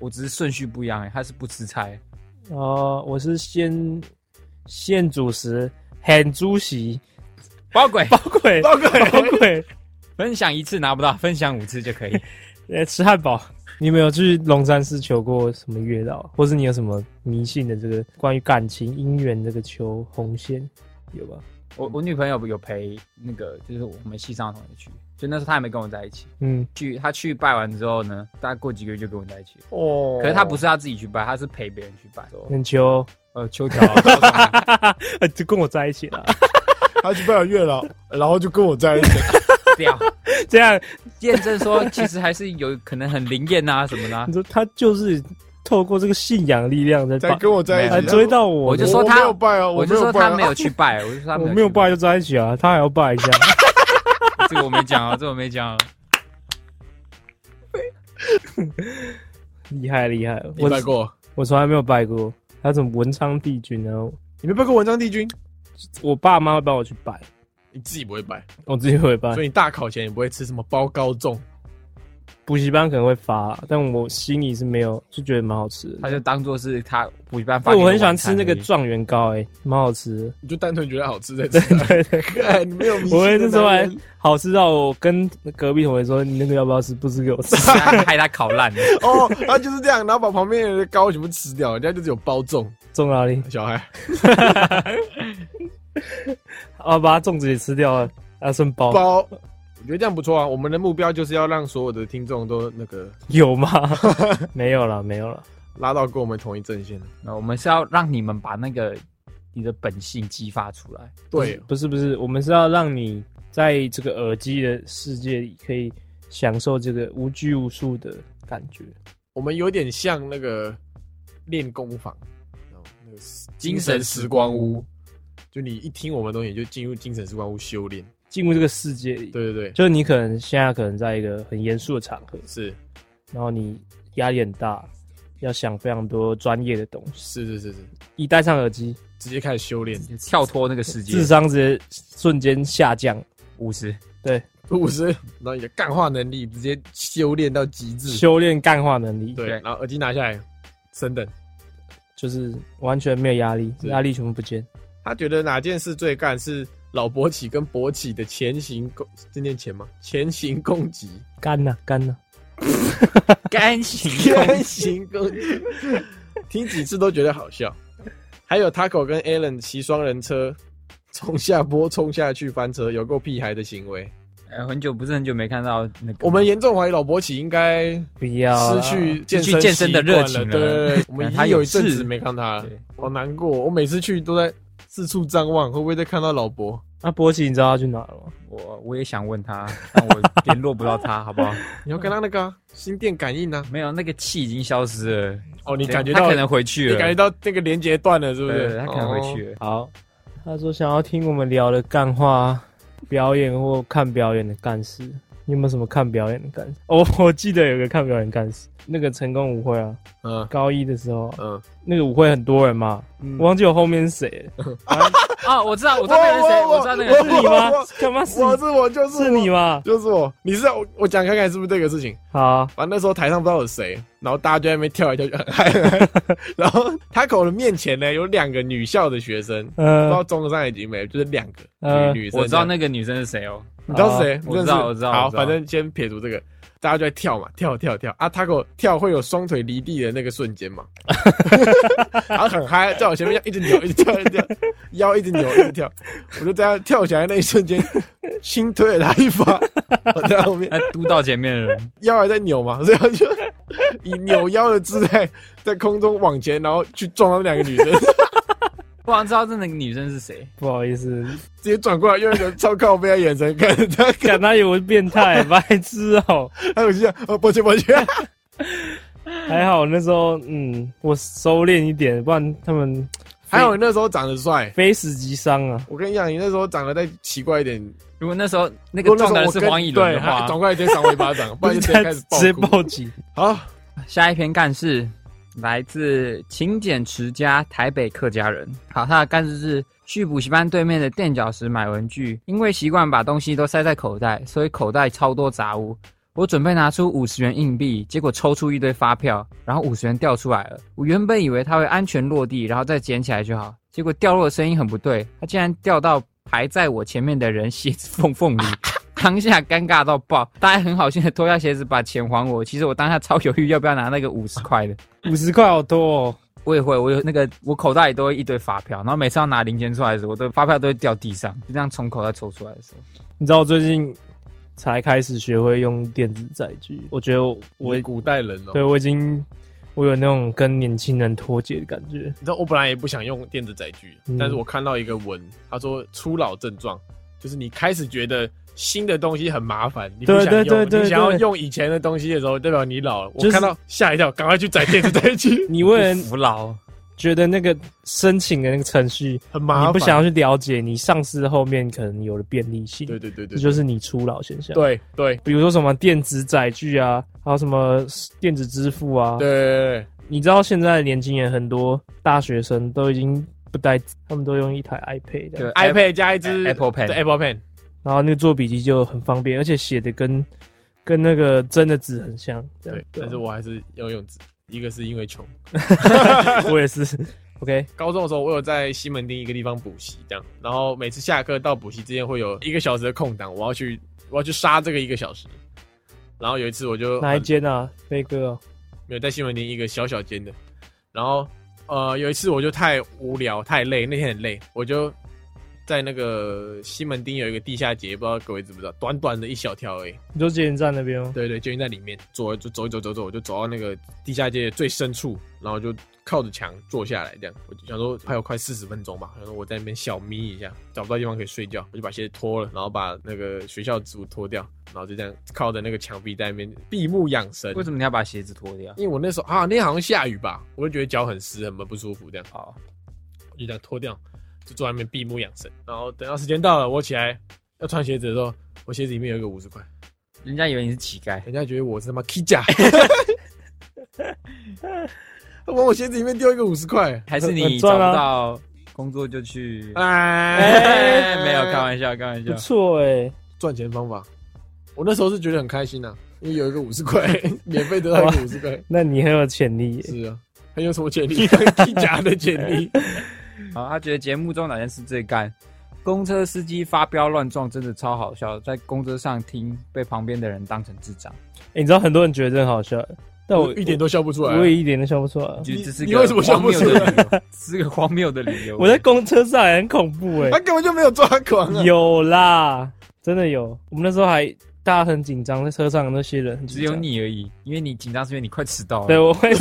S4: 我只是顺序不一样、欸，他是不吃菜，
S3: 哦。我是先现主食，很
S2: [LAUGHS]
S3: 主席，
S4: 包 [LAUGHS] 鬼
S3: 包鬼，包鬼，包鬼，
S4: 分享一次拿不到，分享五次就可以。
S3: 呃，吃汉堡，你有没有去龙山寺求过什么月老，或是你有什么迷信的这个关于感情姻缘这个求红线有吧？
S4: 我我女朋友有陪那个，就是我们系上的同学去，就那时候她还没跟我在一起。
S3: 嗯，
S4: 去她去拜完之后呢，大概过几个月就跟我在一起了。
S2: 哦
S4: 可是她不是她自己去拜，她是陪别人去拜。
S3: 很求，哦
S4: 呃，秋条，秋条
S3: [LAUGHS]
S4: [LAUGHS]
S3: 就跟我在一起了，
S2: 他去拜了月老，然后就跟我在一起。
S4: 掉，
S3: [LAUGHS] 这样
S4: 验证说其实还是有可能很灵验啊什么
S3: [LAUGHS]
S4: 的啊
S3: 你。说他就是透过这个信仰力量在
S2: 才
S3: 把
S2: 跟我在一
S4: 没
S3: 来
S4: 有
S2: 起，啊
S3: 追到我，
S4: 我就
S2: 我
S4: 说他
S2: 没有拜哦，
S4: 我
S2: 没
S4: 就
S2: 有
S4: 说
S2: 拜
S4: 她
S2: 哦
S4: 没有去拜，我就说她
S3: 啊 [LAUGHS] 我
S4: 没
S3: 没有
S4: 有去
S3: 拜就在一起啊，他还要拜一下， [LAUGHS]
S4: 这个我没讲啊，这个我没讲啊。
S3: 厉害厉害！
S2: [LAUGHS] 你
S3: 我
S2: 拜过？
S3: 我从来没有拜过，还有什么文昌帝君呢？
S2: 你没拜过文章帝君？
S3: 我爸妈会帮我去拜，
S2: 你自己不会拜，
S3: 我自己会拜
S2: 所。以你大考前也不会吃什么包糕粽。
S3: 补习班可能会发，但我心里是没有，就觉得蛮好吃的。
S4: 他就当做是他补习班发
S3: 哎
S4: 给的
S3: 我很喜欢
S4: 晚
S3: 吃
S4: 餐
S3: 那个
S4: 而已
S3: 状元糕、哎，蛮好吃的。，
S2: 你就单纯觉得好吃在吃
S3: 对
S2: [LAUGHS]
S3: 对，
S2: 哎你没有迷
S3: 我
S2: 信
S3: 会
S2: 的
S3: 那时候
S2: 男
S3: 还
S2: 人
S3: 好吃到我跟隔壁同学说：“你那个要不要吃？不吃给我吃。
S4: 啊害害他烤烂了。
S2: 哦，他就是这样，然后把旁边的糕全部吃掉，人家就只有包粽。”
S3: 种哪里？ [LAUGHS]
S2: 小孩
S3: 啊，把它粽子也吃掉了，啊，剩包
S2: 包，我觉得这样不错啊。我们的目标就是要让所有的听众都那个
S3: 有吗？ [LAUGHS] 没有了，没有了。
S2: 拉到跟我们同一阵线。
S4: 那我们是要让你们把那个你的本性激发出来。
S2: 对，
S3: 不是不是，我们是要让你在这个耳机的世界里可以享受这个无拘无束的感觉。
S2: 我们有点像那个练功坊，然后那个
S4: 精神时光屋，
S2: 就你一听我们的东西，就进入精神时光屋修炼。
S3: 进入这个世界里，
S2: 对对对，
S3: 就是你可能现在可能在一个很严肃的场合，
S2: 是
S3: 然后你压力很大，要想非常多专业的东西。
S2: 是是是是，
S3: 一戴上耳机，
S2: 直接开始修炼。
S4: 跳脱那个世界
S3: 智，商直接瞬间下降。
S4: 五十
S3: 对，
S2: 五十，然后你的干化能力直接修炼到极致。
S3: 修炼干化能力，
S2: 对，
S4: 对
S2: 然后耳机拿下来，升等。
S3: 就是完全没有压力，
S2: 是
S3: 压力全部不见。
S2: 他觉得哪件事最干是老勃起跟勃起的前行攻，这念前 [LAUGHS] 吗？前行攻击，
S3: 干呐、干呐、
S4: 干行
S2: [LAUGHS] 前行攻击，听几次都觉得好笑。还有 Taco 跟 Alan 骑双人车从下坡冲下去翻车，有够屁孩的行为。
S4: 呃，很久不是很久没看到那个
S2: 我们严重怀疑老勃起应该
S3: 不要
S2: 失
S3: 啦
S2: 去
S4: 失
S2: 健
S4: 去
S2: 身
S4: 健身的
S2: 习惯
S4: 热情
S2: 了。
S4: 了
S2: 对对，
S4: [LAUGHS]
S2: 对我们已
S4: 他
S2: 经
S4: 有
S2: 有一阵
S4: 事
S2: 子没看他了
S4: 对，
S2: 好难过。我每次去都在四处张望，会不会再看到老勃？
S3: 那波啊奇，你知道他去哪了吗？
S4: 我我也想问他，但我联络不到他，好
S2: [LAUGHS]
S4: 不好？
S2: 你要跟他那个啊心电感应啊？
S4: 没有，那个气已经消失了，
S2: 哦，你
S4: 你
S2: 感觉
S4: 他
S2: 到
S4: 可能回去
S2: 你
S4: 了，
S2: 感觉到那个连接断了，是不
S4: 对
S2: 是？
S4: 他可能回去
S2: 哦。
S4: 了。
S3: 好，他说想要听我们聊的干话、表演或看表演的干事。你有没有什么看表演的干事？哦，我记得有个看表演干事，那个成功舞会啊，
S2: 嗯
S3: 高一的时候啊，
S2: 嗯，
S3: 那个舞会很多人嘛，我忘记我后面
S2: [LAUGHS]
S3: 是谁了，
S2: 哦
S4: 啊，我知道，我知道那个是谁，我知道那个
S2: 我
S4: 是
S3: 是你吗
S2: 我？
S3: 干嘛是
S2: 我是我就是我
S3: 是你，吗？
S2: 就是我。你是要我我讲看看是不是这个事情？
S3: 好啊，
S2: 反正那时候台上不知道有谁，然后大家就在那边跳来跳去，很嗨很
S4: [LAUGHS]
S2: 嗨。然后他口的面前呢有两个女校的学生，
S4: 嗯
S2: 不知道
S3: 呃，
S2: 中上已经没有，就是两个
S3: 呃
S2: 女女生这样。
S4: 我知道那个女生是谁哦，
S2: 你知道是谁？
S4: 我知道
S2: 认识
S4: 我知道
S2: 好，
S4: 我知道
S2: 反正先撇除这个，大家就在跳嘛，跳跳跳啊！他给我跳会有双腿离地的那个瞬间
S4: [LAUGHS]
S2: 嘛，然后很嗨，在我前面一直扭，一直跳，一直跳，腰一直扭，一直跳。我就在他跳起来那一瞬间，轻推了他一把， [LAUGHS] 我在后面
S4: 那嘟到前面的
S2: [LAUGHS]
S4: 人，
S2: 腰还在扭嘛，所以他就以扭腰的姿态在空中往前，然后去撞到那两个女生， [LAUGHS]
S4: 我想知道这那个女生是谁。
S3: 不好意思，
S2: 直接转过来用一个超靠背的眼神看着他，
S3: 干他以为我是变
S2: [LAUGHS]
S3: 态，白痴哦、
S2: 他有心想：哦，抱歉，抱
S4: [LAUGHS]
S2: 歉。
S3: 还好那时候，嗯，我收敛一点，不然他们
S2: 还有那时候长得帅。
S3: 非死即伤啊。
S2: 我跟你讲，你那时候长得再奇怪一点，
S4: 如果那时候
S2: 那
S4: 那个撞的人是黄以伦的
S2: 对，
S4: 话，
S2: 转过来直接赏我一巴掌，不然就直接开始爆
S3: 直接
S2: 哭。
S3: 报警。
S2: 好，
S4: 下一篇干事来自勤俭持家台北客家人。好，他的干事是去补习班对面的垫脚石买文具，因为习惯把东西都塞在口袋，所以口袋超多杂物。我准备拿出五十元硬币，结果抽出一堆发票，然后五十元掉出来了。我原本以为它会安全落地，然后再捡起来就好，结果掉落的声音很不对，它竟然掉到排在我前面的人鞋子缝缝里。当下尴尬到爆，大家很好心的脱下鞋子把钱还我。其实我当下超犹豫要不要拿那个五十块的，
S3: 五十块好多哦。
S4: 我也会，我有那个我口袋里都会一堆发票，然后每次要拿零钱出来的时候，我的发票都会掉地上，就这样从口袋抽出来的时候。
S3: 你知道我最近才开始学会用电子载具，我觉得我我
S2: 我古代人哦、
S3: 对我已经我有那种跟年轻人脱节的感觉。
S2: 你知道我本来也不想用电子载具，
S3: 嗯
S2: 但是我看到一个文，他说初老症状就是你开始觉得新的东西很麻烦，你不
S3: 对
S2: 想用，
S3: 对对对
S2: 你想要
S3: 对
S2: 用以前的东西的时候，代表你老了。
S3: 就是，
S2: 我看到吓一跳，赶快去载电子载具
S3: 你为了
S4: 服老，
S3: 觉得那个申请的那个程序，
S2: 很麻烦。
S3: 你不想要去了解，你上市后面可能有了便利性，
S2: 对对对对
S3: 这，就是你初老现象。，
S2: 对对
S3: 比如说什么电子载具啊，还有什么电子支付啊，
S2: 对对
S3: 你知道现在的年轻人很多大学生都已经不带，他们都用一台 iPad
S4: 对
S3: 的，
S2: ，iPad 加一只
S4: Apple
S2: 对
S4: Pen，
S2: Apple Pen，
S3: 然后那个做笔记就很方便，而且写的跟跟那个真的纸很像。这样
S2: 对，但是我还是要用纸，一个是因为穷。
S3: [LAUGHS] 我也是。OK，
S2: [LAUGHS] 高中的时候，我有在西门町一个地方补习，这样，然后每次下课到补习之间会有一个小时的空档，我要去我要去杀这个一个小时。然后有一次我就
S3: 哪一间啊？飞哥哦、
S2: 没有在西门町一个小小间的，然后呃有一次我就太无聊太累，那天很累，我就在那个西门町有一个地下街，不知道各位知不知道，短短的一小条而已，
S3: 你说捷运站那边哦吗？
S2: 对对，就已经在里面走，就走一走走一走，我就走到那个地下街的最深处，然后就靠着墙坐下来，这样我就想说还有快四十分钟吧，然后我在那边小眯一下，找不到地方可以睡觉，我就把鞋子脱了，然后把那个学校制服脱掉，然后就这样靠着那个墙壁在那边闭目养神
S4: 为。什么你要把鞋子脱掉？
S2: 因为我那时候啊，那天好像下雨吧，我就觉得脚很湿，很不舒服，这样
S3: 哦
S4: 好，
S2: 我就这样脱掉，就坐在那边闭目养神。然后等到时间到了，我起来要穿鞋子的时候，我鞋子里面有一个五十块，
S4: 人家以为你是乞丐，
S2: 人家觉得我是他妈 K 甲，他 [LAUGHS] 往我鞋子里面丢一个五十块，
S4: 还是
S3: 很
S4: 你找
S3: 赚
S4: 不
S3: 啊
S4: 到工作就去？
S2: 哎
S4: 哎，没有开玩笑，开玩
S3: 不
S4: 笑。
S3: 错哎、
S2: 赚钱方法。我那时候是觉得很开心呐、啊，因为有一个五十块， [LAUGHS] 免费得到一个五十块，
S3: 那你很有潜力、欸。
S2: 是啊，很有什么潜力？K 甲的潜力，
S4: 好，他觉得节目中哪件事最干？公车司机发飙乱撞，真的超好笑，在公车上听被旁边的人当成智障，
S3: 欸你知道很多人觉得很好笑，但我
S2: 我一点都笑不出来啊、
S3: 我也一点都笑不出来。
S4: 就这是
S2: 你
S4: 个
S2: 为什么笑
S4: 荒
S2: 不
S4: 谬
S2: 出
S4: 的
S2: 来
S4: 理由，是个荒谬的理由。
S3: 我在公车上也很恐怖哎、
S2: 他根本就没有抓狂啊！
S3: 有啦，真的有。我们那时候还大家很紧张，在车上那些人很紧
S4: 只
S3: 张
S4: 有。你而已，因为你紧张是因为你快迟到了。
S3: 对，
S2: [LAUGHS]
S3: 我会，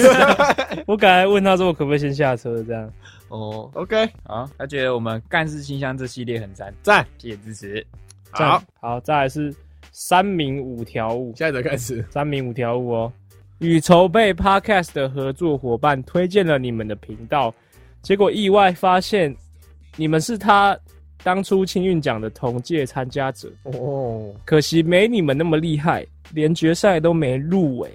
S3: 我赶快问他说我可不可以先下车这样。
S2: 哦，OK，
S4: 好，他觉得我们干事信箱这系列很赞，
S2: 赞，
S4: 谢谢支持。
S3: 这样
S2: 好，，
S3: 好，再来是三明五条悟，
S2: 下一则开始。
S3: 三明五条悟哦，与筹备 Podcast 的合作伙伴推荐了你们的频道，结果意外发现你们是他当初青运奖的同届参加者，
S2: 哦，
S3: 可惜没你们那么厉害，连决赛都没入围，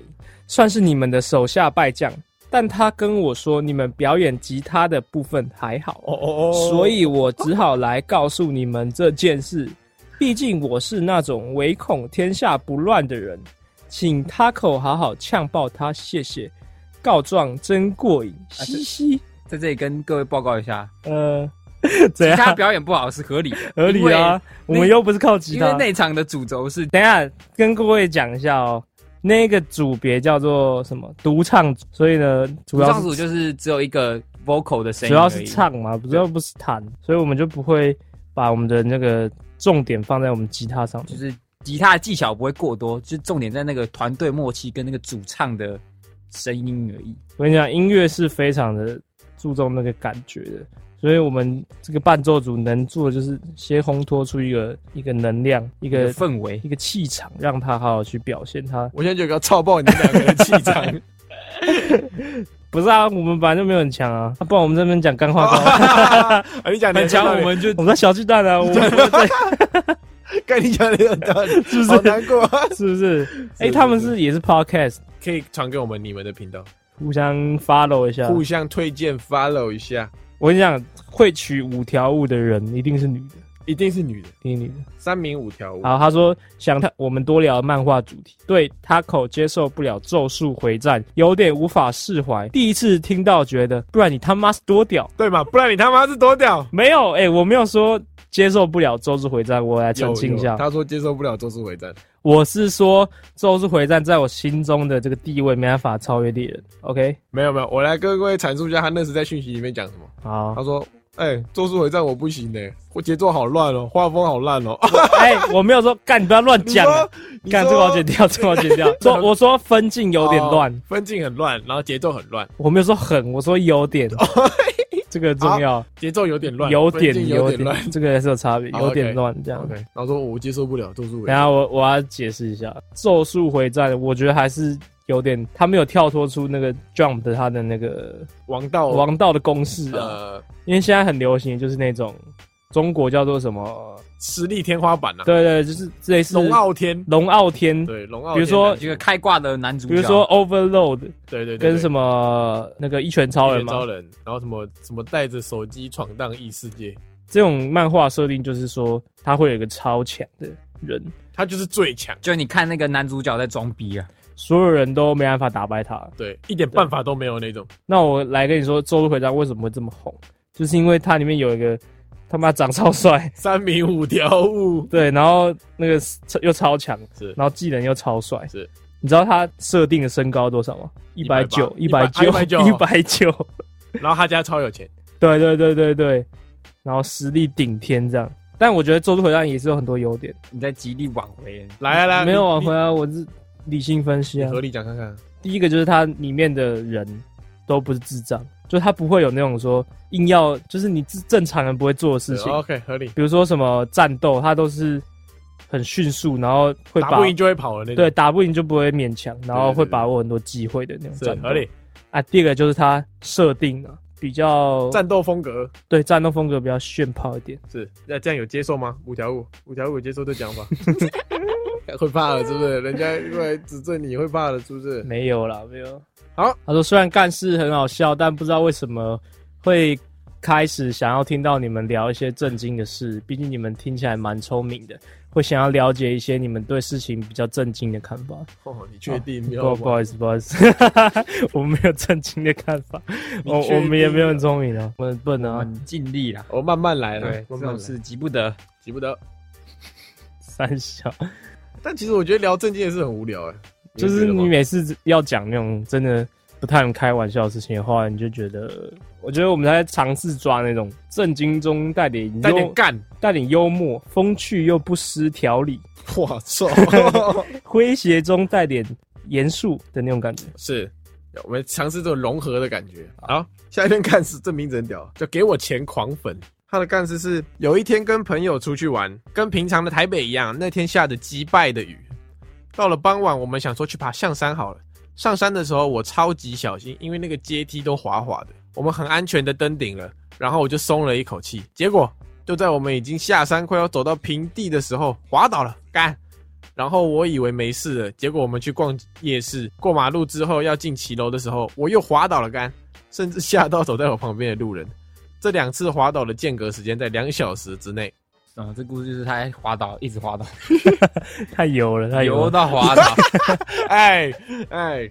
S3: 算是你们的手下败将。但他跟我说，你们表演吉他的部分还好，
S2: 哦哦哦，
S3: 所以我只好来告诉你们这件事。毕竟我是那种唯恐天下不乱的人，请 Taco 好好呛爆他，谢谢。告状真过瘾，
S4: 啊
S3: 嘻嘻。
S4: 在这里跟各位报告一下， [LAUGHS]
S3: 呃，怎样
S4: 他表演不好是合理
S3: [LAUGHS]
S4: 的，
S3: 合理啊？我
S4: 因为
S3: 们又不是靠吉
S4: 因为
S3: 他。
S4: 那场的主轴是
S3: 等一下跟各位讲一下哦，那个组别叫做什么？独唱组，所以呢，主
S4: 主
S3: 要
S4: 唱
S3: 是
S4: 组就是只有一个 vocal 的声音
S3: 主
S4: 而已，
S3: 要是唱嘛，主要不是弹，所以我们就不会把我们的那个重点放在我们吉他上面。
S4: 就是吉他的技巧不会过多，就是重点在那个团队默契跟那个主唱的声音而已。
S3: 我跟你讲，音乐是非常的注重那个感觉的，所以我们这个伴奏组能做的就是先烘托出一个一个能量，一
S4: 一个
S3: 个
S4: 氛围
S3: 一个气场，让他好好去表现他。
S2: 我现在就要操爆你们两个的气场。
S3: 不是啊，我们本来就没有很强啊，啊不然我们这边讲干话干嘛，
S2: [LAUGHS] 啊，你讲得
S4: 很
S2: 有道
S4: 强，
S2: 理
S4: 我们就
S3: 我们在小巨蛋啊，我们
S2: 跟你讲的有道理， [LAUGHS]
S3: 是不是
S2: 好难过啊。
S3: 是不是？哎、他们是也是 podcast，
S2: 可以传给我们你们的频
S3: [LAUGHS]
S2: 道，
S3: 互相 follow 一下。
S2: 互相推荐 follow 一下，
S3: 我跟你讲，会取五条悟的人一定是女的，
S2: 一定是女的，
S3: 一定是女的。
S2: 三名五条悟。
S3: 好，他说想他我们多聊漫画主题，对 Taco 接受不了《咒术回战》，有点无法释怀。第一次听到觉得，不然你他妈是多屌？
S2: 对嘛？不然你他妈是多屌！
S3: 没有，哎、我没有说接受不了《咒术回战》，我来澄清一
S2: 有有
S3: 下，
S2: 他说接受不了周之回战，
S3: 我是说《咒术回战》在我心中的这个地位没办法超越猎人。OK，
S2: 没有没有，我来跟各位阐述一下他那时在讯息里面讲什么。
S3: 好
S2: 他，说：“哎、咒术回战我不行呢、我节奏好乱哦、画风好烂哦、 [LAUGHS]
S3: 哎、我没有说干，你不要乱
S2: 你说
S3: 讲啊，
S2: 你
S3: 干这
S2: 说
S3: 个我要剪掉，这个我要剪掉。
S2: [LAUGHS]
S3: 说我说分镜有点乱，
S2: 哦分镜很乱，然后节奏很乱，
S3: 我没有说很，我说
S2: [LAUGHS]
S3: 有点，这个重要，
S2: 节奏有点乱，
S3: 有
S2: 分
S3: 点
S2: 镜有
S3: 点 [LAUGHS]
S2: 乱。，
S3: 这个还是有差别，
S2: 好
S3: 有点
S2: OK
S3: 乱这样。
S2: OK，然后说我接受不了咒术回
S3: 等一
S2: 战
S3: 下，我我要解释一下，《咒术回战》我觉得还是有点，他没有跳脱出那个 Jump 的他的那个
S2: 王道
S3: 王道的公式啊，
S2: 哦呃
S3: 因为现在很流行就是那种中国叫做什么，
S2: 实力天花板呐、啊，
S3: 对对，就是类似
S2: 龙傲天，
S3: 龙傲天，
S2: 对龙傲天，
S3: 比如说
S4: 这个开挂的男主角，
S3: 比如说 Overload
S2: 对对对
S3: 跟什
S2: 么
S3: 么那个一拳超人
S2: 招
S3: 嘛，
S2: 人，然后什么什么带着手机闯荡异世界，
S3: 这种漫画设定就是说他会有一个超强的人，
S2: 他就是最强，
S4: 就你看那个男主角在装逼啊，
S3: 所有人都没办法打败他。
S2: 对，一点办法都没有那种。
S3: 那我来跟你说，《周日回战》为什么会这么红，就是因为它里面有一个他妈长超 [LAUGHS] 帅，
S2: 三明五条悟
S3: 对，然后那个超又超强，
S2: 是
S3: 然后技能又超帅，
S2: 是。
S3: 你知道他设定的身高多少吗？一百九，一百九， [LAUGHS] 一
S2: 190
S3: 百九，
S2: 然后他家超有钱，
S3: 对对对对对，然后实力顶天这样。但我觉得《周日回战》也是有很多优点，
S4: 你在极力挽回，
S2: 来啊来啊，
S3: 没有
S2: 你
S3: 啊，回来我是理性分析
S2: 你
S3: 啊
S2: 合。理讲看看，
S3: 第一个就是它里面的人都不是智障，就他不会有那种说硬要，就是你正正常人不会做的事
S2: 对
S3: 情。
S2: OK 合理，
S3: 比如说什么战斗，它都是很迅速，然后会
S2: 打
S3: 把
S2: 不赢就会跑的那种，
S3: 对打不赢就不会勉强，然后
S2: 对对
S3: 会把握很多机会的那种
S2: 是
S3: 战斗。
S2: 合理。
S3: 啊，第二个就是它设定啊，比较
S2: 战斗风格
S3: 对战斗风格比较炫炮一点。
S2: 是那这样有接受吗？五条悟，五条悟有接受这讲
S3: [LAUGHS]
S2: 法，会怕了是不是？人家过来指正你会怕了是不是？
S3: 没有啦，没有。
S2: 好，
S3: 他说虽然干事很好笑，但不知道为什么会开始想要听到你们聊一些震惊的事，毕竟你们听起来蛮聪明的，会想要了解一些你们对事情比较震惊的看法。
S2: 哦，你确定没
S3: 不
S2: 有
S3: 不
S2: 吗？
S3: 好意思，不好意思， [LAUGHS] 我们没有正经的看法，哦
S2: 你
S3: 我
S2: 确定
S3: 我们也没有很聪明啊，我们笨
S4: 我
S3: 啊，
S4: 们尽力啦。
S2: 我哦慢慢来啦
S4: 对，，这
S2: 慢慢来，
S4: 种事急不得。
S2: 急不得。
S3: 三小，
S2: 但其实我觉得聊正经也是很无聊哎，
S3: 就
S2: 觉
S3: 是
S2: 得吗
S3: 你每次要讲那种真的不太能开玩笑的事情的话，你就觉得，我觉得我们在尝试抓那种正经中带点
S2: 带点
S3: 幽
S2: 干，
S3: 带点幽默、风趣又不失条理，
S2: [LAUGHS] 我
S3: [LAUGHS]
S2: 操，
S3: 诙谐中带点严肃的那种感觉。
S2: 是。我们尝试这种融合的感觉。好，下一任干事，这名字很屌，叫给我钱狂粉。他的干事是有一天跟朋友出去玩，跟平常的台北一样，那天下着击败的雨。到了傍晚，我们想说去爬象山好了。上山的时候，我超级小心，因为那个阶梯都滑滑的。我们很安全的登顶了，然后我就松了一口气。结果就在我们已经下山，快要走到平地的时候，滑倒了，干！然后我以为没事了，结果我们去逛夜市，过马路之后要进骑楼的时候，我又滑倒了干，甚至吓到走在我旁边的路人。这两次滑倒的间隔时间在两小时之 [LAUGHS] 内，
S4: 嗯，这故事就是他滑倒，一直滑倒，
S3: 太油了，太油
S4: 游
S3: 了。[LAUGHS]
S4: 到滑倒。
S2: 哎哎，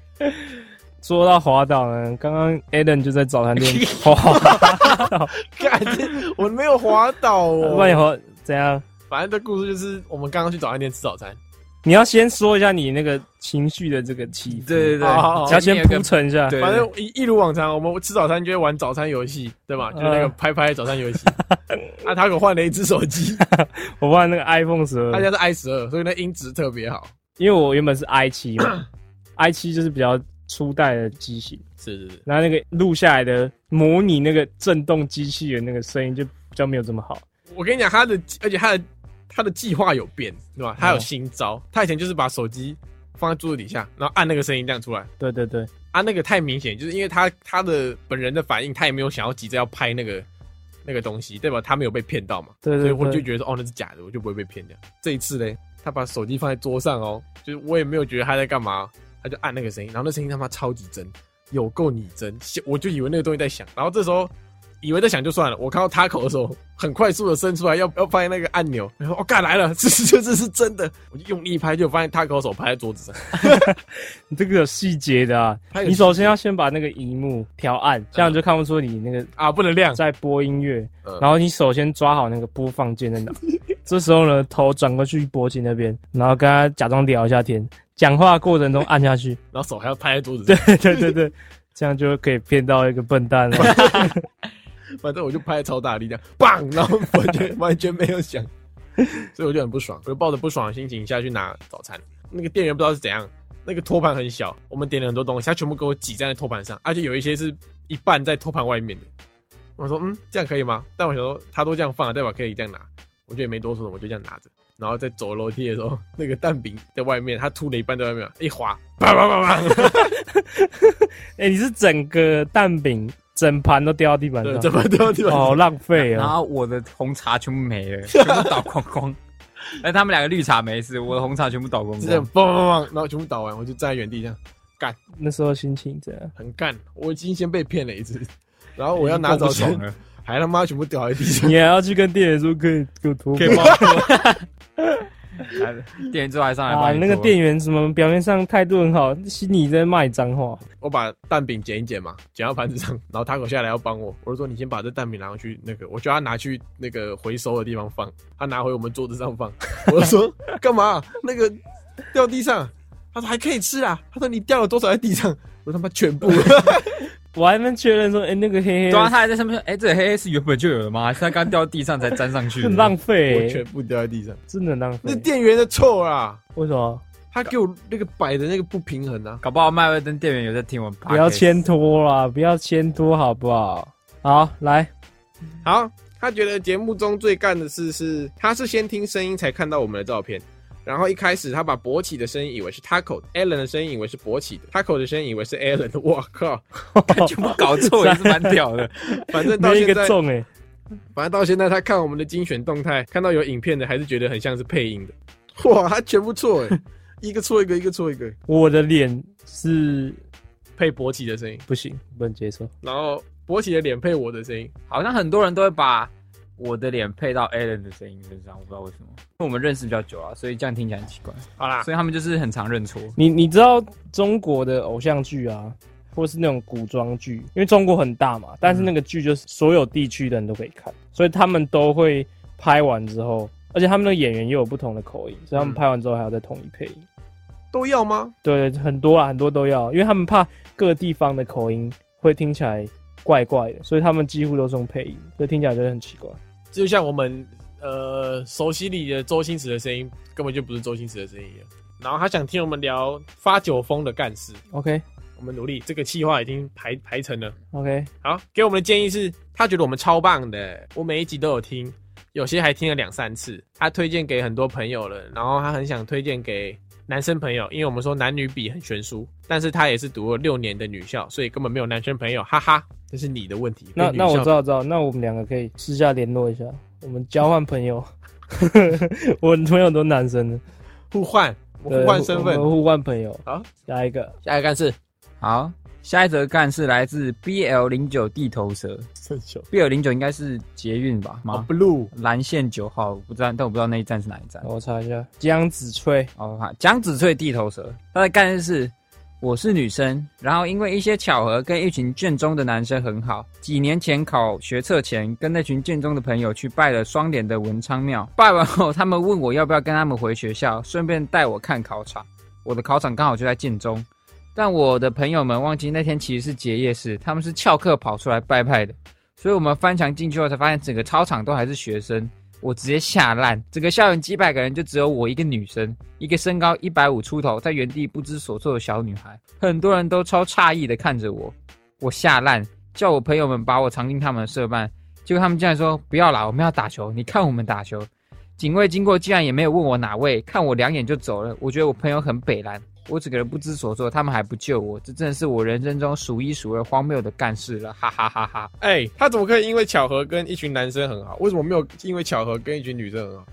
S3: 说到滑倒呢，刚刚 Adam 就在早餐店
S2: [LAUGHS]
S3: 滑 [LAUGHS] 倒，
S2: 干，这我没有滑倒
S3: 不然你
S2: 哦。
S3: 滑怎样？
S2: 反正这故事就是我们刚刚去早餐店吃早餐，
S3: 你要先说一下你那个情绪的这个起伏，
S4: 对对对，
S2: 哦
S3: 你要先铺
S4: 铺
S3: 陈一下。
S4: 对
S2: 反正一一如往常，我们吃早餐就会玩早餐游戏，对吧？就是那个
S3: 嗯
S2: 拍拍早餐 [LAUGHS] 游戏。啊，他给我换了一只手 [LAUGHS] 机，
S3: 我换那个 iPhone 十
S2: 他
S3: 二
S2: 家，是 i 十二，所以那音质特别好。
S3: 因为我原本是 i 七嘛，i 七就是比较初代的机型，
S2: 是是是，
S3: 然后那个录下来的模拟那个震动机器的那个声音就比较没有这么好。
S2: 我跟你讲，他的而且他的他的计划有变，对吧？他有新招，他以前就是把手机放在桌子底下，然后按那个声音这样出来。
S3: 对对对，
S2: 啊，那个太明显，就是因为他他的本人的反应，他也没有想要急着要拍那个那个东西，代表他没有被骗到嘛。
S3: 对对
S2: 所以我
S3: 对
S2: 就觉得说哦，那是假的，我就不会被骗掉。这一次嘞，他把手机放在桌上哦，就是我也没有觉得他在干嘛，他就按那个声音，然后那声音他妈超级真，有够拟真，我就以为那个东西在响。然后这时候以为在想就算了，我看到 taco 的时候，很快速的伸出来要要拍那个按钮，然后我哦干、来了，这是这这是真的，我就用力一拍，就发现 taco 手拍在桌子上，
S3: 你这个有细节的啊
S2: 它，有
S3: 你首先要先把那个荧幕调暗，这样就看不出你那个
S2: 啊，不能亮，
S3: 在播音乐
S2: 嗯。
S3: 然后你首先抓好那个播放键在哪，这时候呢，头转过去博景那边，然后跟他假装聊一下天，讲话过程中按下去， [LAUGHS]
S2: 然后手还要拍在桌子上，
S3: 对对对对，这样就可以骗到一个笨蛋了。 [LAUGHS]
S2: 反正我就拍得超大力量，棒，然后完全完全没有想， [LAUGHS] 所以我就很不爽，我就抱着不爽的心情下去拿早餐。那个店员不知道是怎样，那个托盘很小，我们点了很多东西，他全部给我挤在那托盘上，而且有一些是一半在托盘外面的。我说嗯，这样可以吗？但我想说他都这样放了，代表可以这样拿，我就也没多说什么，我就这样拿着。然后在走楼梯的时候，那个蛋饼在外面，他吐了一半在外面，一滑，啪啪啪啪，
S3: 哎、你是整个蛋饼整盘都掉到地板
S2: 对，
S3: 上
S2: 怎，么掉地板上？
S3: 好浪费
S4: 然
S3: 啊！
S4: 后我的红茶全部没了，全部倒光
S3: [LAUGHS]
S4: 光。哎，他们两个绿茶没事，我的红茶全部倒
S2: [LAUGHS]
S4: 光
S2: 就这样
S4: 光。
S2: 砰砰砰，然后全部倒完，我就站在原地这样。
S3: 那时候心情怎样？
S2: 很干，我已经先被骗了一次，然后我要拿早
S4: 已经
S2: 餐
S4: 够不爽，了，
S2: 还他妈全部掉在地上
S4: [LAUGHS]
S3: 你，还要去跟店员说可以给我脱
S2: 可
S3: 光
S2: 以帮我
S4: 来店员之后还上来
S3: 啊？
S4: 帮你
S3: 那个
S4: 做
S3: 店员什么表面上态度很好，心里在骂你脏话。
S2: [LAUGHS] 我把蛋饼剪一剪嘛，剪到盘子上，然后他口下来要帮我，我就说你先把这蛋饼拿回去，那个我叫他拿去那个回收的地方放，他拿回我们桌子上放，我就
S4: [LAUGHS]
S2: 说干嘛？那个掉地上，他说还可以吃啊，他说你掉了多少在地上？我说他妈全
S4: [LAUGHS]
S2: 部，
S3: 我还没确认说，哎、那个黑黑
S4: 对啊，
S3: 的
S4: 他还在上面说：“哎、这个黑黑是原本就有的吗？还是他刚掉地上才粘上去的？”
S3: 很 [LAUGHS] 浪
S2: 我
S3: 费、欸
S2: 全部掉在地上，
S3: 真的很浪
S2: 那
S3: 费。
S2: 店员的错啊，
S3: 为什么
S2: 他给我那个摆的那个不平衡啊，
S4: 搞不好麦味登店员有在听我们 podcast。
S3: 不要牵拖啦？不要牵拖好不好？好，来，
S2: 好，他觉得节目中最干的事是，他是先听声音才看到我们的照片。然后一开始他把勃起的声音以为是 Taco 的，Allen 的声音以为是勃起的，Taco 的声音以为是 Allen 的。我靠，
S4: [LAUGHS] 全部搞错也是蛮屌
S3: [LAUGHS]
S4: 的。
S2: 反正到
S3: 没一
S2: 现
S3: 个
S2: 在，
S3: 中哎、诶
S2: 反正到现在他看我们的精选动态，看到有影片的，还是觉得很像是配音的。哇，他全部错哎， [LAUGHS] 一个错一个，一个错一个，
S3: 我的脸是
S2: 配勃起的声音，
S3: 不行，不能接受。
S2: 然后勃起的脸配我的声音。
S4: 好像很多人都会把我的脸配到 Alan 的声音身上，我不知道为什么，因为我们认识比较久啊，所以这样听起来很奇怪。
S2: 好
S3: 啊
S2: 啦，
S4: 所以他们就是很常认错。
S3: 你你知道中国的偶像剧啊，或是那种古装剧，因为中国很大嘛，但是那个剧就是所有地区的人都可以看，
S2: 嗯
S3: 所以他们都会拍完之后，而且他们的演员又有不同的口音，所以他们
S2: 嗯
S3: 拍完之后还要再统一配音。
S2: 都要吗？
S3: 对，很多啊，很多都要，因为他们怕各地方的口音会听起来怪怪的，所以他们几乎都是用配音，所以听起来就很奇怪。
S2: 就像我们呃熟悉里的周星驰的声音，根本就不是周星驰的声音一样。然后他想听我们聊发酒疯的干事，
S3: OK
S2: 我们努力，这个计划已经排排成了。
S3: OK，
S2: 好，给我们的建议是，他觉得我们超棒的，我每一集都有听，有些还听了两三次。他推荐给很多朋友了，然后他很想推荐给男生朋友，因为我们说男女比很悬殊，但是他也是读了六年的女校，所以根本没有男生朋友，哈哈，这是哎你的问题。
S3: 那
S2: 跟女
S3: 那我
S2: 校
S3: 知道知道，那我们两个可以私下联络一下，我们交换朋友。 [LAUGHS] 我朋友都男生的，
S2: 互换，我们
S3: 对
S2: 互换身份
S3: 我。们互换朋友。
S2: 好，
S3: 下一个，
S2: 下一个干事，
S4: 好，下一则干是来自 BL 零九地头蛇
S2: [LAUGHS] 真秀。
S4: ，BL 零九应该是捷运吧？
S2: [LAUGHS] 啊
S3: 哦
S4: 吗？
S2: ，blue
S4: 蓝线九号，我不知道，但我不知道那一站是哪一站。
S3: 我查一下，江子翠，
S4: 哦，好江子翠地头蛇，他的概念是我是女生，然后因为一些巧合跟一群卷中的男生很好。几年前考学测前，跟那群卷中的朋友去拜了双联的文昌庙，拜完后他们问我要不要跟他们回学校，顺便带我看考场。我的考场刚好就在建中，但我的朋友们忘记那天其实是结业式，他们是翘课跑出来拜拜的，所以我们翻墙进去后才发现整个操场都还是学生。我直接吓烂，整个校园几百个人就只有我一个女生，一个身高一百五出头，在原地不知所措的小女孩，很多人都超诧异的看着我，我吓烂，叫我朋友们把我藏进他们的社办，结果他们竟然说不要啦，我们要打球，你看我们打球。警卫经过竟然也没有问我哪位，看我两眼就走了。我觉得我朋友很北蓝，我整个人不知所措，他们还不救我，这真的是我人生中数一数二荒谬的干事了，哈哈哈哈！
S2: 哎、他怎么可以因为巧合跟一群男生很好？为什么没有因为巧合跟一群女生很好？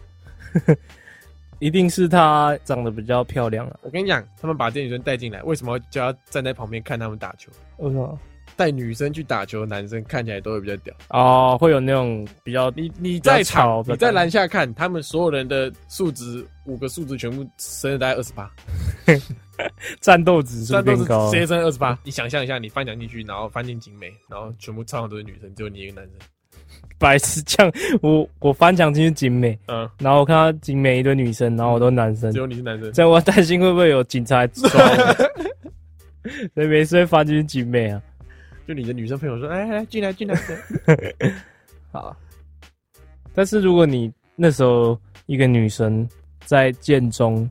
S3: 一定是她长得比较漂亮了、啊
S2: 我跟你讲，他们把这女生带进来，为什么就要站在旁边看他们打球？
S3: 为什么？
S2: 带女生去打球的男生看起来都会比较屌。
S3: 哦，会有那种比较
S2: 你你
S3: 比较
S2: 在
S3: 吵
S2: 场
S3: 比较
S2: 你在
S3: 干
S2: 篮下看，他们所有人的数值五个数值全部升了大概二十八，
S3: 战斗指数
S2: 但都
S3: 变
S2: 是
S3: 高
S2: 直，接升二十八。你想象一下，你翻墙进去，然后翻进景美，然后全部场上都是女生，只有你一个男生。
S3: 白痴这样，我我翻墙进去景美，
S2: 嗯，
S3: 然后我看到景美一堆女生，然后我都男生
S2: 只，有你是男生。
S3: 这样我担心会不会有警察来抓
S4: [LAUGHS]
S3: 我，所以每次会翻进去景美啊。
S2: 就你的女生朋友说：“哎，来进来
S3: [LAUGHS]
S2: 进来。
S4: 好，
S3: 但是如果你那时候一个女生在剑中，”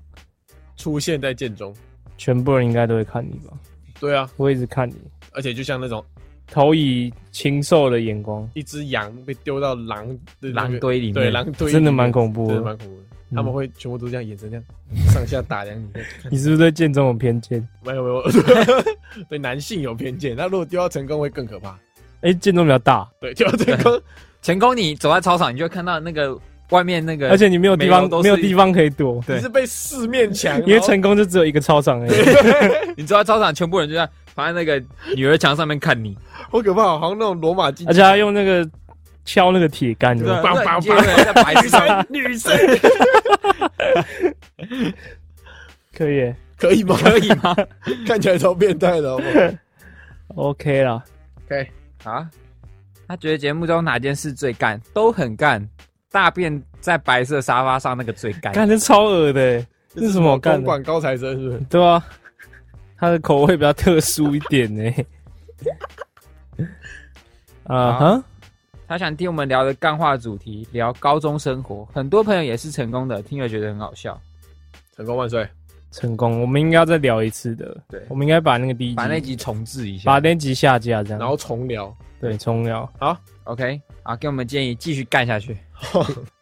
S2: 出现在剑中。
S3: 全部人应该都会看你吧？
S2: 对啊，
S3: 会一直看你，
S2: 而且就像那种
S3: 投以禽兽的眼光，
S2: 一只羊被丢到狼的那
S4: 狼
S2: 个
S4: 堆里面，
S2: 对狼堆里面，
S3: 真的蛮恐怖
S2: 真的
S3: 的。嗯
S2: 蛮恐怖的。他们会全部都这样眼神这样上下打量
S3: [LAUGHS]
S2: 你，
S3: 你是不是对剑中有偏见？
S2: 没有没 [LAUGHS] 有，对男性有偏见。那如果丢到成功会更可怕。
S3: 哎、剑中比较大，
S2: 对，丢到成
S3: [LAUGHS]
S2: 功，
S4: 成功，你走在操场，你就会看到那个外面那个，
S3: 而且你没有地
S4: 每
S3: 方
S4: 楼都，是
S3: 没有地方可以躲，
S4: 对
S2: 你是被四面墙，
S3: 因为
S2: 然后
S3: 成功就只有一个操场而已。
S4: 你走在操场，全部人就在趴在那个女儿墙上面看你，
S2: 好可怕哦，好像那种罗马竞
S3: 而
S2: 技，
S3: 且他用那个敲那个铁杆，
S4: 对啊
S2: 棒棒棒
S4: 你就有人在白痴上，
S2: 女生
S3: 可以耶
S2: 可以吗？
S4: 可以吗？
S2: [LAUGHS] 看起来超变态的，好不好？
S3: ，OK 啦。
S4: [LAUGHS] 啊，他觉得节目中哪件事最干，都很干，大便在白色沙发上那个最干。
S3: 干这超恶的耶，这是什么 [LAUGHS] 好干
S2: 公
S3: 的？
S2: 馆高材生是不是？
S3: 对啊，他的口味比较特殊一点呢。啊哈，
S4: 他想听我们聊的干话主题，聊高中生活。很多朋友也是成功的，听了觉得很好笑。
S2: 成功万岁！
S3: 成功！我们应该要再聊一次的，
S4: 对
S3: 我，们应该把那个第一
S4: 把那
S3: 集，
S4: 集重置一
S3: 把
S4: 下。
S3: 那集下架，这
S2: 然
S3: 样
S2: 后重聊，
S3: 对重聊。
S4: OK，啊，给我们建议，继续干下去。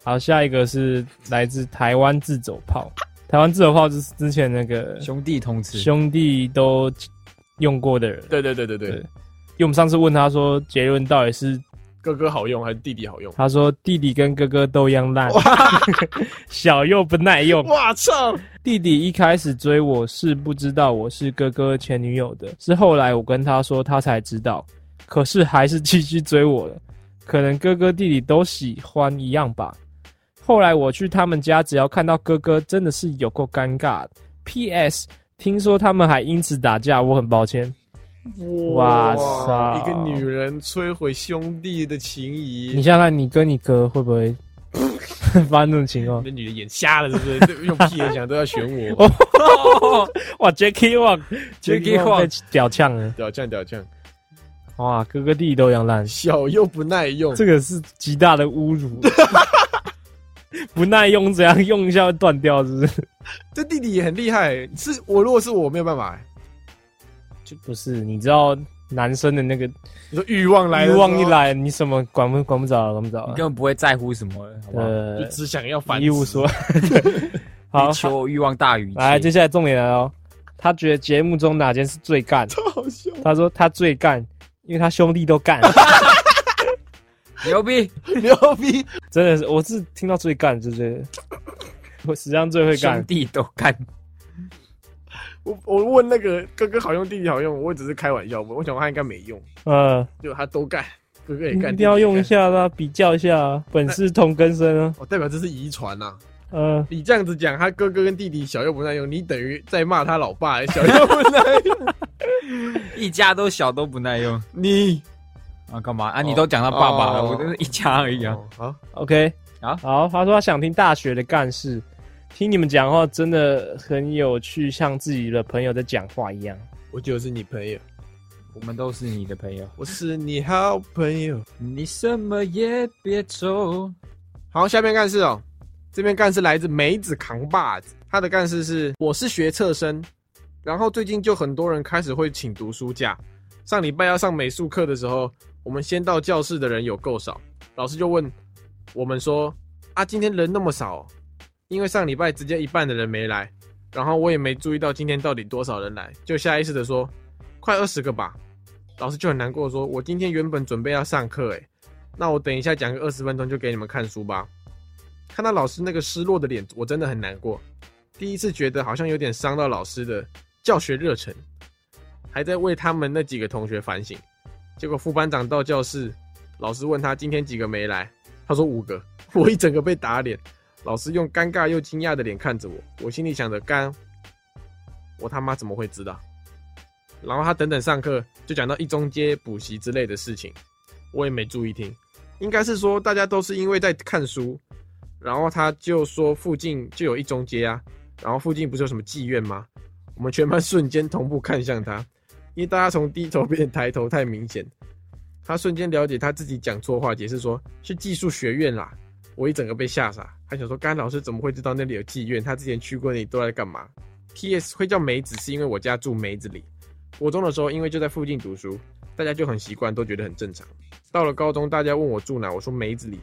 S3: 好，下一个是来自台湾自走炮。台湾自走炮就是之前那个
S4: 兄弟同吃，
S3: 兄弟都用过的人，
S2: 对对对对对
S3: 对，因为我们上次问他说结论到底是，
S2: 哥哥好用还是弟弟好用？
S3: 他说弟弟跟哥哥都一样烂， [LAUGHS] 小又不耐用。
S2: 哇操！
S3: 弟弟一开始追我是不知道我是哥哥前女友的，是后来我跟他说他才知道，可是还是继续追我了。可能哥哥弟弟都喜欢一样吧。后来我去他们家，只要看到哥哥，真的是有够尴尬的。P.S. 听说他们还因此打架，我很抱歉。哇塞
S2: 一个女人摧毁兄弟的情
S3: 你
S2: 谊，
S3: 想想看，你跟你哥会不会 [LAUGHS] 发生这种情况？
S2: 那女的眼瞎了是不是？用屁眼想都要选
S3: [LAUGHS]
S2: 我，
S3: 哦哇，Jackie Wang，Jackie
S4: Jackie
S3: Wang 被屌呛了！
S2: 屌酱屌酱，
S3: 哇，哥哥弟弟都一样烂。
S2: 小又不耐用，
S3: 这个是极大的侮 [LAUGHS] 辱。不耐用，怎样用一下会断掉，是不是？
S2: 这弟弟也很厉害。是我如果是我没有办法，
S3: 就不是，你知道男生的那个
S2: 你说欲望来
S3: 欲
S2: 了，
S3: 望一，来，你什么管不管不着了，管不着
S4: 你
S3: 了
S4: 根。本不会在乎什么了，好不好？
S2: 就
S3: 呃，
S2: 只想要繁殖
S3: 一无 [LAUGHS] 所。对好
S4: 你，求我欲望大于一切
S3: 来，接下来重点来哦。他觉得节目中哪件事最干？
S2: 好笑，
S3: 他说他最干，因为他兄弟都 [LAUGHS] 干，
S4: 牛逼！
S2: 牛逼！
S3: 真的是，我是听到最干就是，我史上最会
S4: 兄
S3: 干。
S4: 弟都干，
S2: 我我问那个哥哥好用，弟弟好用，我只是开玩笑，我想他应该没用，
S3: 嗯，
S2: 就他都干，哥哥也
S3: 你
S2: 干，
S3: 一定要用一
S2: 弟弟也
S3: 下啦，比较一下啊，本是同根生啊。
S2: 干。哦，代表这是遗传啊呐！
S3: 嗯，
S2: 你这样子讲，他哥哥跟弟弟小又不耐用，你等于在骂他老爸小又不耐用。
S4: 一家都小都不耐用
S2: 你
S4: 啊！干嘛啊？你都讲到爸爸了，
S2: 哦
S4: 我就是一家而已啊！
S2: 哦好，
S3: OK，
S4: 好
S3: 好，他说他想听大学的干事，听你们讲话真的很有趣，像自己的朋友在讲话一样。 [LAUGHS]
S2: 我就是你朋友，
S4: 我们都是你的朋友，
S2: 我是你好朋友。
S4: 你什么也别愁。
S2: 好，下面干事哦，这边干事来自梅子扛把子，他的干事是我是学测生，然后最近就很多人开始会请读书假。上礼拜要上美术课的时候，我们先到教室的人有够少，老师就问我们说啊，今天人那么少哦、因为上礼拜直接一半的人没来，然后我也没注意到今天到底多少人来，就下意识的说快二十个吧。老师就很难过地说，我今天原本准备要上课诶、欸那我等一下讲个二十分钟就给你们看书吧。看到老师那个失落的脸，我真的很难过。第一次觉得好像有点伤到老师的教学热忱，还在为他们那几个同学反省。结果副班长到教室，老师问他今天几个没来，他说五个，我一整个被打脸。老师用尴尬又惊讶的脸看着我，我心里想着干，我他妈怎么会知道？然后他等等上课就讲到一中街补习之类的事情，我也没注意听，应该是说大家都是因为在看书，然后他就说附近就有一中街啊，然后附近不是有什么妓院吗？我们全班 [LAUGHS] 瞬间同步看向他，因为大家从低头变抬头太明显，他瞬间了解他自己讲错话，解释说是技术学院啦。我一整个被吓傻，还想说甘老师怎么会知道那里有妓院？他之前去过那里都在干嘛？P.S. 会叫梅子是因为我家住梅子里，国中的时候因为就在附近读书，大家就很习惯，都觉得很正常。到了高中，大家问我住哪，我说梅子里，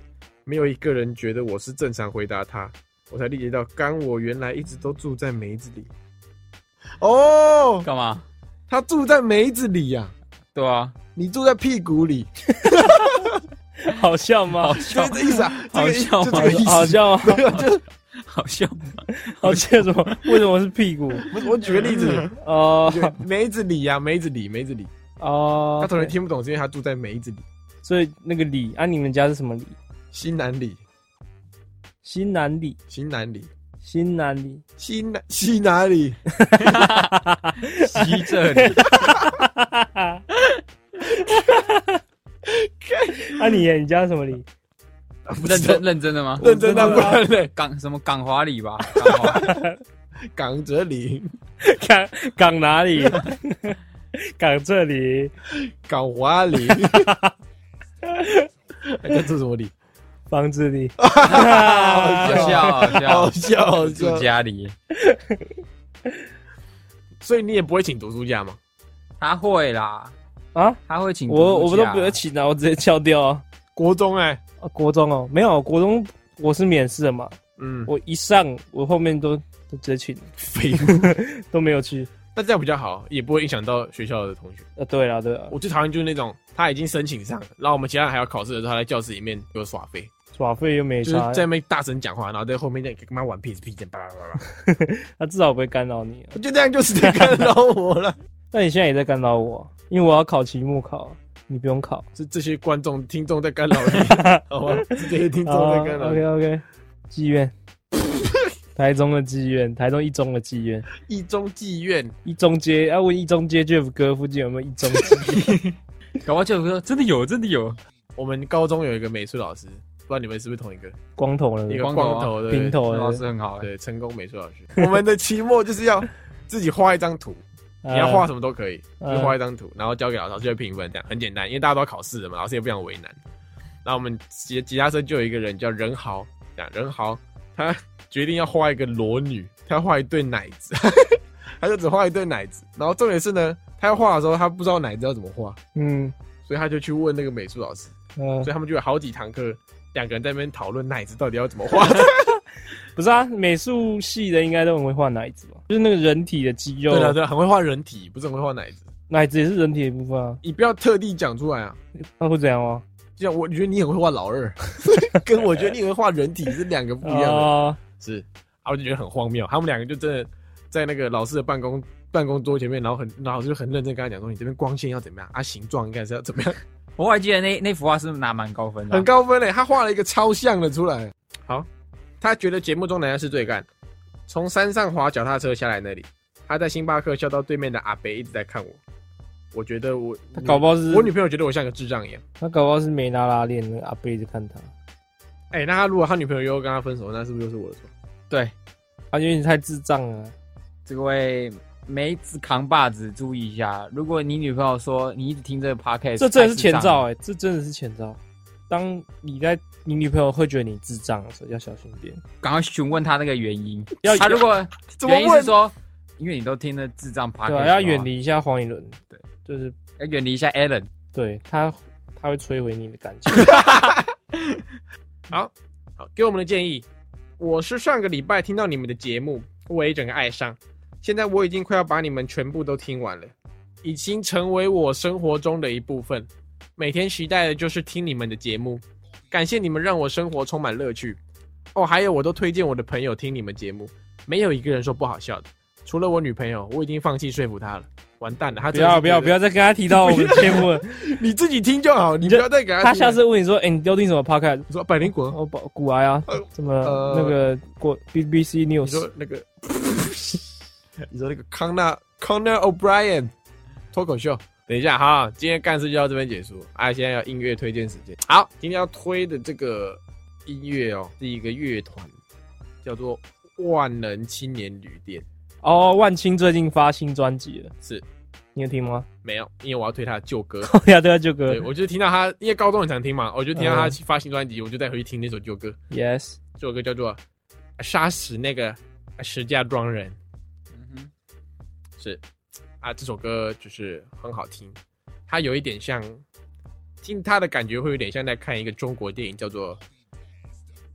S2: 没有一个人觉得我是正常回答他，我才理解到甘我原来一直都住在梅子里。哦，
S4: 干嘛？
S2: 他住在梅子里呀、
S4: 对啊，
S2: 你住在屁股里，
S3: 好笑吗？
S2: 就这意思啊，这个意
S4: 好笑
S2: 就这个意思。
S3: 好笑吗？
S2: 没有，就是
S4: 好笑。
S3: 好笑什么？为什么是屁股？
S2: 我我举个例子，
S3: 哦
S2: 就梅子里呀、梅子里，梅子里。
S3: 哦，
S2: 他可能听不懂，是因为他住在梅子里、
S3: 所以那个里啊，你们家是什么里？
S2: 新南里、
S3: 新南里，
S2: 新南里、
S3: 新南 [LAUGHS] 里，
S2: 新南西哪里、 [LAUGHS]
S4: 西这 [LAUGHS] 里，
S3: 啊你耶，你家是什么里？
S2: 啊不
S4: 认
S2: 知道
S4: 真认真的吗？
S2: 认真的，
S3: 我
S2: 不
S3: 不知道
S2: 然嘞，
S4: 港什么港华里吧？港华
S2: 港这里、
S3: [LAUGHS] 港港哪里？ [LAUGHS] 港这里，
S2: 港华里， [LAUGHS] 还在住什么里？
S3: 房子里。
S4: 好笑
S2: [LAUGHS]
S4: 好
S2: 好
S4: 笑，
S2: 笑，好
S4: 住
S2: 笑。
S4: 家里。
S2: 所以你也不会请读书假吗？
S4: 他会啦，
S3: 啊，
S4: 他会请
S3: 我
S4: 度
S3: 我
S4: 假
S3: 都不要请啊，我直接翘掉啊。
S2: 国中哎、
S3: 啊国中哦，没有国中我是免试的嘛，
S2: 嗯，
S3: 我一上我后面都都直接请，
S2: 废物。
S3: 都没有去。
S2: [LAUGHS] 那这样比较好，也不会影响到学校的同学。
S3: 啊对了对了，
S2: 我最讨厌就是那种他已经申请上了，然后我们其他人还要考试的时候，他在教室里面给我耍飞，
S3: 耍费又没
S2: 就是
S3: 差，
S2: 在那边大声讲话，然后在后面那跟他妈玩屁子屁颠，叭叭叭叭。
S3: 他至少不会干扰你啊。
S2: 我 [LAUGHS] 就这样就是在干扰我了。
S3: 那你现在也在干扰我啊，因为我要考期末考，你不用考。
S2: [LAUGHS] 是这些观众、听众在干扰你，好吧？是这些听众在干扰
S3: OK
S2: 你。
S3: OK，妓
S2: [LAUGHS]
S3: 院，台中的妓院，台中一中的妓院，
S2: 一中妓院，
S3: 一中街要问一中街 Jeff 哥附近有没有一中妓院？
S4: 搞不好就说真的有，真的有。
S2: 我们高中有一个美术老师，不知道你们是不是同一个？[LAUGHS]
S3: 光头人
S2: 一个
S4: 光头啊
S2: 光头的
S3: 平，头
S4: 老
S3: 人
S4: 师，很好欸，
S2: 对，成功美术老师。 [LAUGHS] 我们的期末就是要自己画一张图，
S3: 你
S2: 你要画什么都可以，
S3: 嗯
S2: 就画一张图，然后交给老师，老师就会评分，这样很简单，因为大家都要考试的嘛，老师也不想为难。然后我们吉吉他社就有一个人叫任豪，这样任豪他决定要画一个裸女，他要画一对奶子， [LAUGHS] 他就只画一对奶子。然后重点是呢，他要画的时候他不知道奶子要怎么画，
S3: 嗯
S2: 所以他就去问那个美术老师，
S3: 嗯
S2: 所以，他们就有好几堂课，两个人在那边讨论奶子到底要怎么画。
S3: 不是啊，美术系的应该都很会画奶子吧？ [LAUGHS] 就是那个人体的肌肉
S2: 对，啊了对了，很会画人体，不是很会画奶子。
S3: 奶子也是人体的一部分啊，
S2: 你不要特地讲出来啊，
S3: 那会怎样吗？
S2: 就像我觉得你很会画老
S3: [LAUGHS]
S2: 二，跟我觉得你很会画人体是两个不一样的。
S3: 啊，
S2: 是，啊，我就觉得很荒谬。他们两个就真的在那个老师的办公办公桌前面，然后很然后老师就很认真跟他讲说，你这边光线要怎么样啊，形状应该是要怎
S3: [LAUGHS]
S2: 么样，
S4: 我还记得那那幅画是拿蛮高分的啊
S2: 很，高分嘞。欸他画了一个超像的出来。好，他觉得节目中男人是最干，从山上滑脚踏车下来那里，他在星巴克笑到对面的阿北一直在看我。我觉得我
S3: 他搞不好是
S2: 我女朋友觉得我像个智障一样。
S3: 他搞不好是没拉拉链的阿贝在看他，
S2: 哎、那他如果他女朋友又跟他分手，那是不是又是我的错？
S4: 对，
S3: 啊，因为你太智障了，
S4: 这位梅子扛把子，注意一下。如果你女朋友说你一直听这个 podcast，
S3: 这真的是前兆
S4: 哎、
S3: 哎、这真的是前兆。当你在你女朋友会觉得你智障的时候，要小心点。
S4: 赶快询问他那个原因
S3: 要。
S4: 他如果
S2: 怎么
S4: 原因是
S2: 问？
S4: 说，因为你都听了智障 podcast，
S3: 对、
S4: 的
S3: 啊，
S4: 话
S3: 要远，离一下黄以伦。
S4: 对，
S3: 就是
S4: 要远离一下 Alan。
S3: 对他，他会摧毁你的感情。
S2: 好，给我们的建议，我是上个礼拜听到你们的节目，我也整个爱上。现在我已经快要把你们全部都听完了，已经成为我生活中的一部分。每天期待的就是听你们的节目，感谢你们让我生活充满乐趣。哦，还有我都推荐我的朋友听你们节目，没有一个人说不好笑的。除了我女朋友，我已经放弃说服她了。完蛋了，她
S3: 不
S2: 真的
S3: 要
S2: 是
S3: 不要
S2: 觉
S3: 不要再跟他提到我们节目了。
S2: 得，你自己听就好，你不
S3: 就
S2: 要再给她听了。
S3: [LAUGHS] 他下次问你说：“哎、你都听什么 podcast？”
S2: 你说百灵果，
S3: 我把古癌啊，什么
S2: 呃
S3: 那个国 BBC
S2: 你说
S3: News
S2: 那个，你说那个康纳康纳 O'Brien 脱口秀。等一下哈，今天干事就到这边结束。啊，现在要音乐推荐时间。好，今天要推的这个音乐哦，是一个乐团，叫做万能青年旅店。
S3: 哦，万青最近发新专辑了，
S2: 是
S3: 你有听吗？ [LAUGHS]
S2: 没有，因为我要推他的旧歌。
S3: 对啊，对啊，这歌
S2: 对，我就听到他，因为高中很常听嘛，我就听到他发新专辑，我就再回去听那首旧歌。
S3: Yes，
S2: 这首歌叫做《杀死那个石家庄人》。
S4: 嗯
S2: 是啊，这首歌就是很好听，它有一点像，听它的感觉会有点像在看一个中国电影，叫做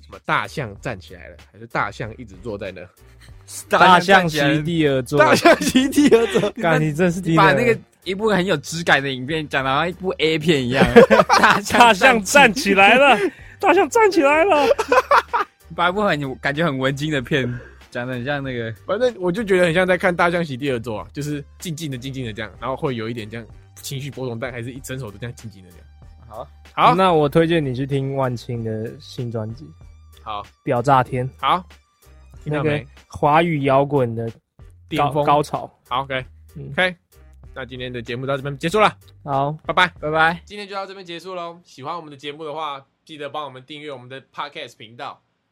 S2: 什么“大象站起来了”，还是“大象一直坐在那
S4: 哼
S3: 大
S4: 象
S3: 象
S4: 席
S3: 席
S4: 地，
S3: 地而”？坐。
S2: 大象席地而坐，
S3: 干，你真是低
S4: 把
S3: 能
S4: 那个一部很有质感的影片讲的好像一部 A 片一
S3: [LAUGHS]
S4: 样，大象
S3: 大象站起
S2: [LAUGHS]
S3: 来了，大象站起来了。
S4: 把一部很感觉很文静的片讲的很像那个
S2: 反正我就觉得很像在看“大象席地而坐”，啊，就是静静的、静静的这样，然后会有一点这样情绪波动，但还是一整首都这样静静的这样。
S4: 好
S2: 好，
S3: 嗯那我推荐你去听万青的新专辑《
S2: 好，
S3: 屌炸天》，
S2: 好，听
S3: 那
S2: 到
S3: 个
S2: 没？
S3: 华语摇滚的
S2: 巅
S3: 高
S2: 峰，
S3: 高潮。
S2: 好，OK，OK，、
S3: 嗯
S2: OK 那今天的节目到这边结束了，
S3: 好，
S2: 拜拜。
S4: 拜拜。
S2: 今天就到这边结束喽。喜欢我们的节目的话，记得帮我们订阅我们的 Podcast 频道，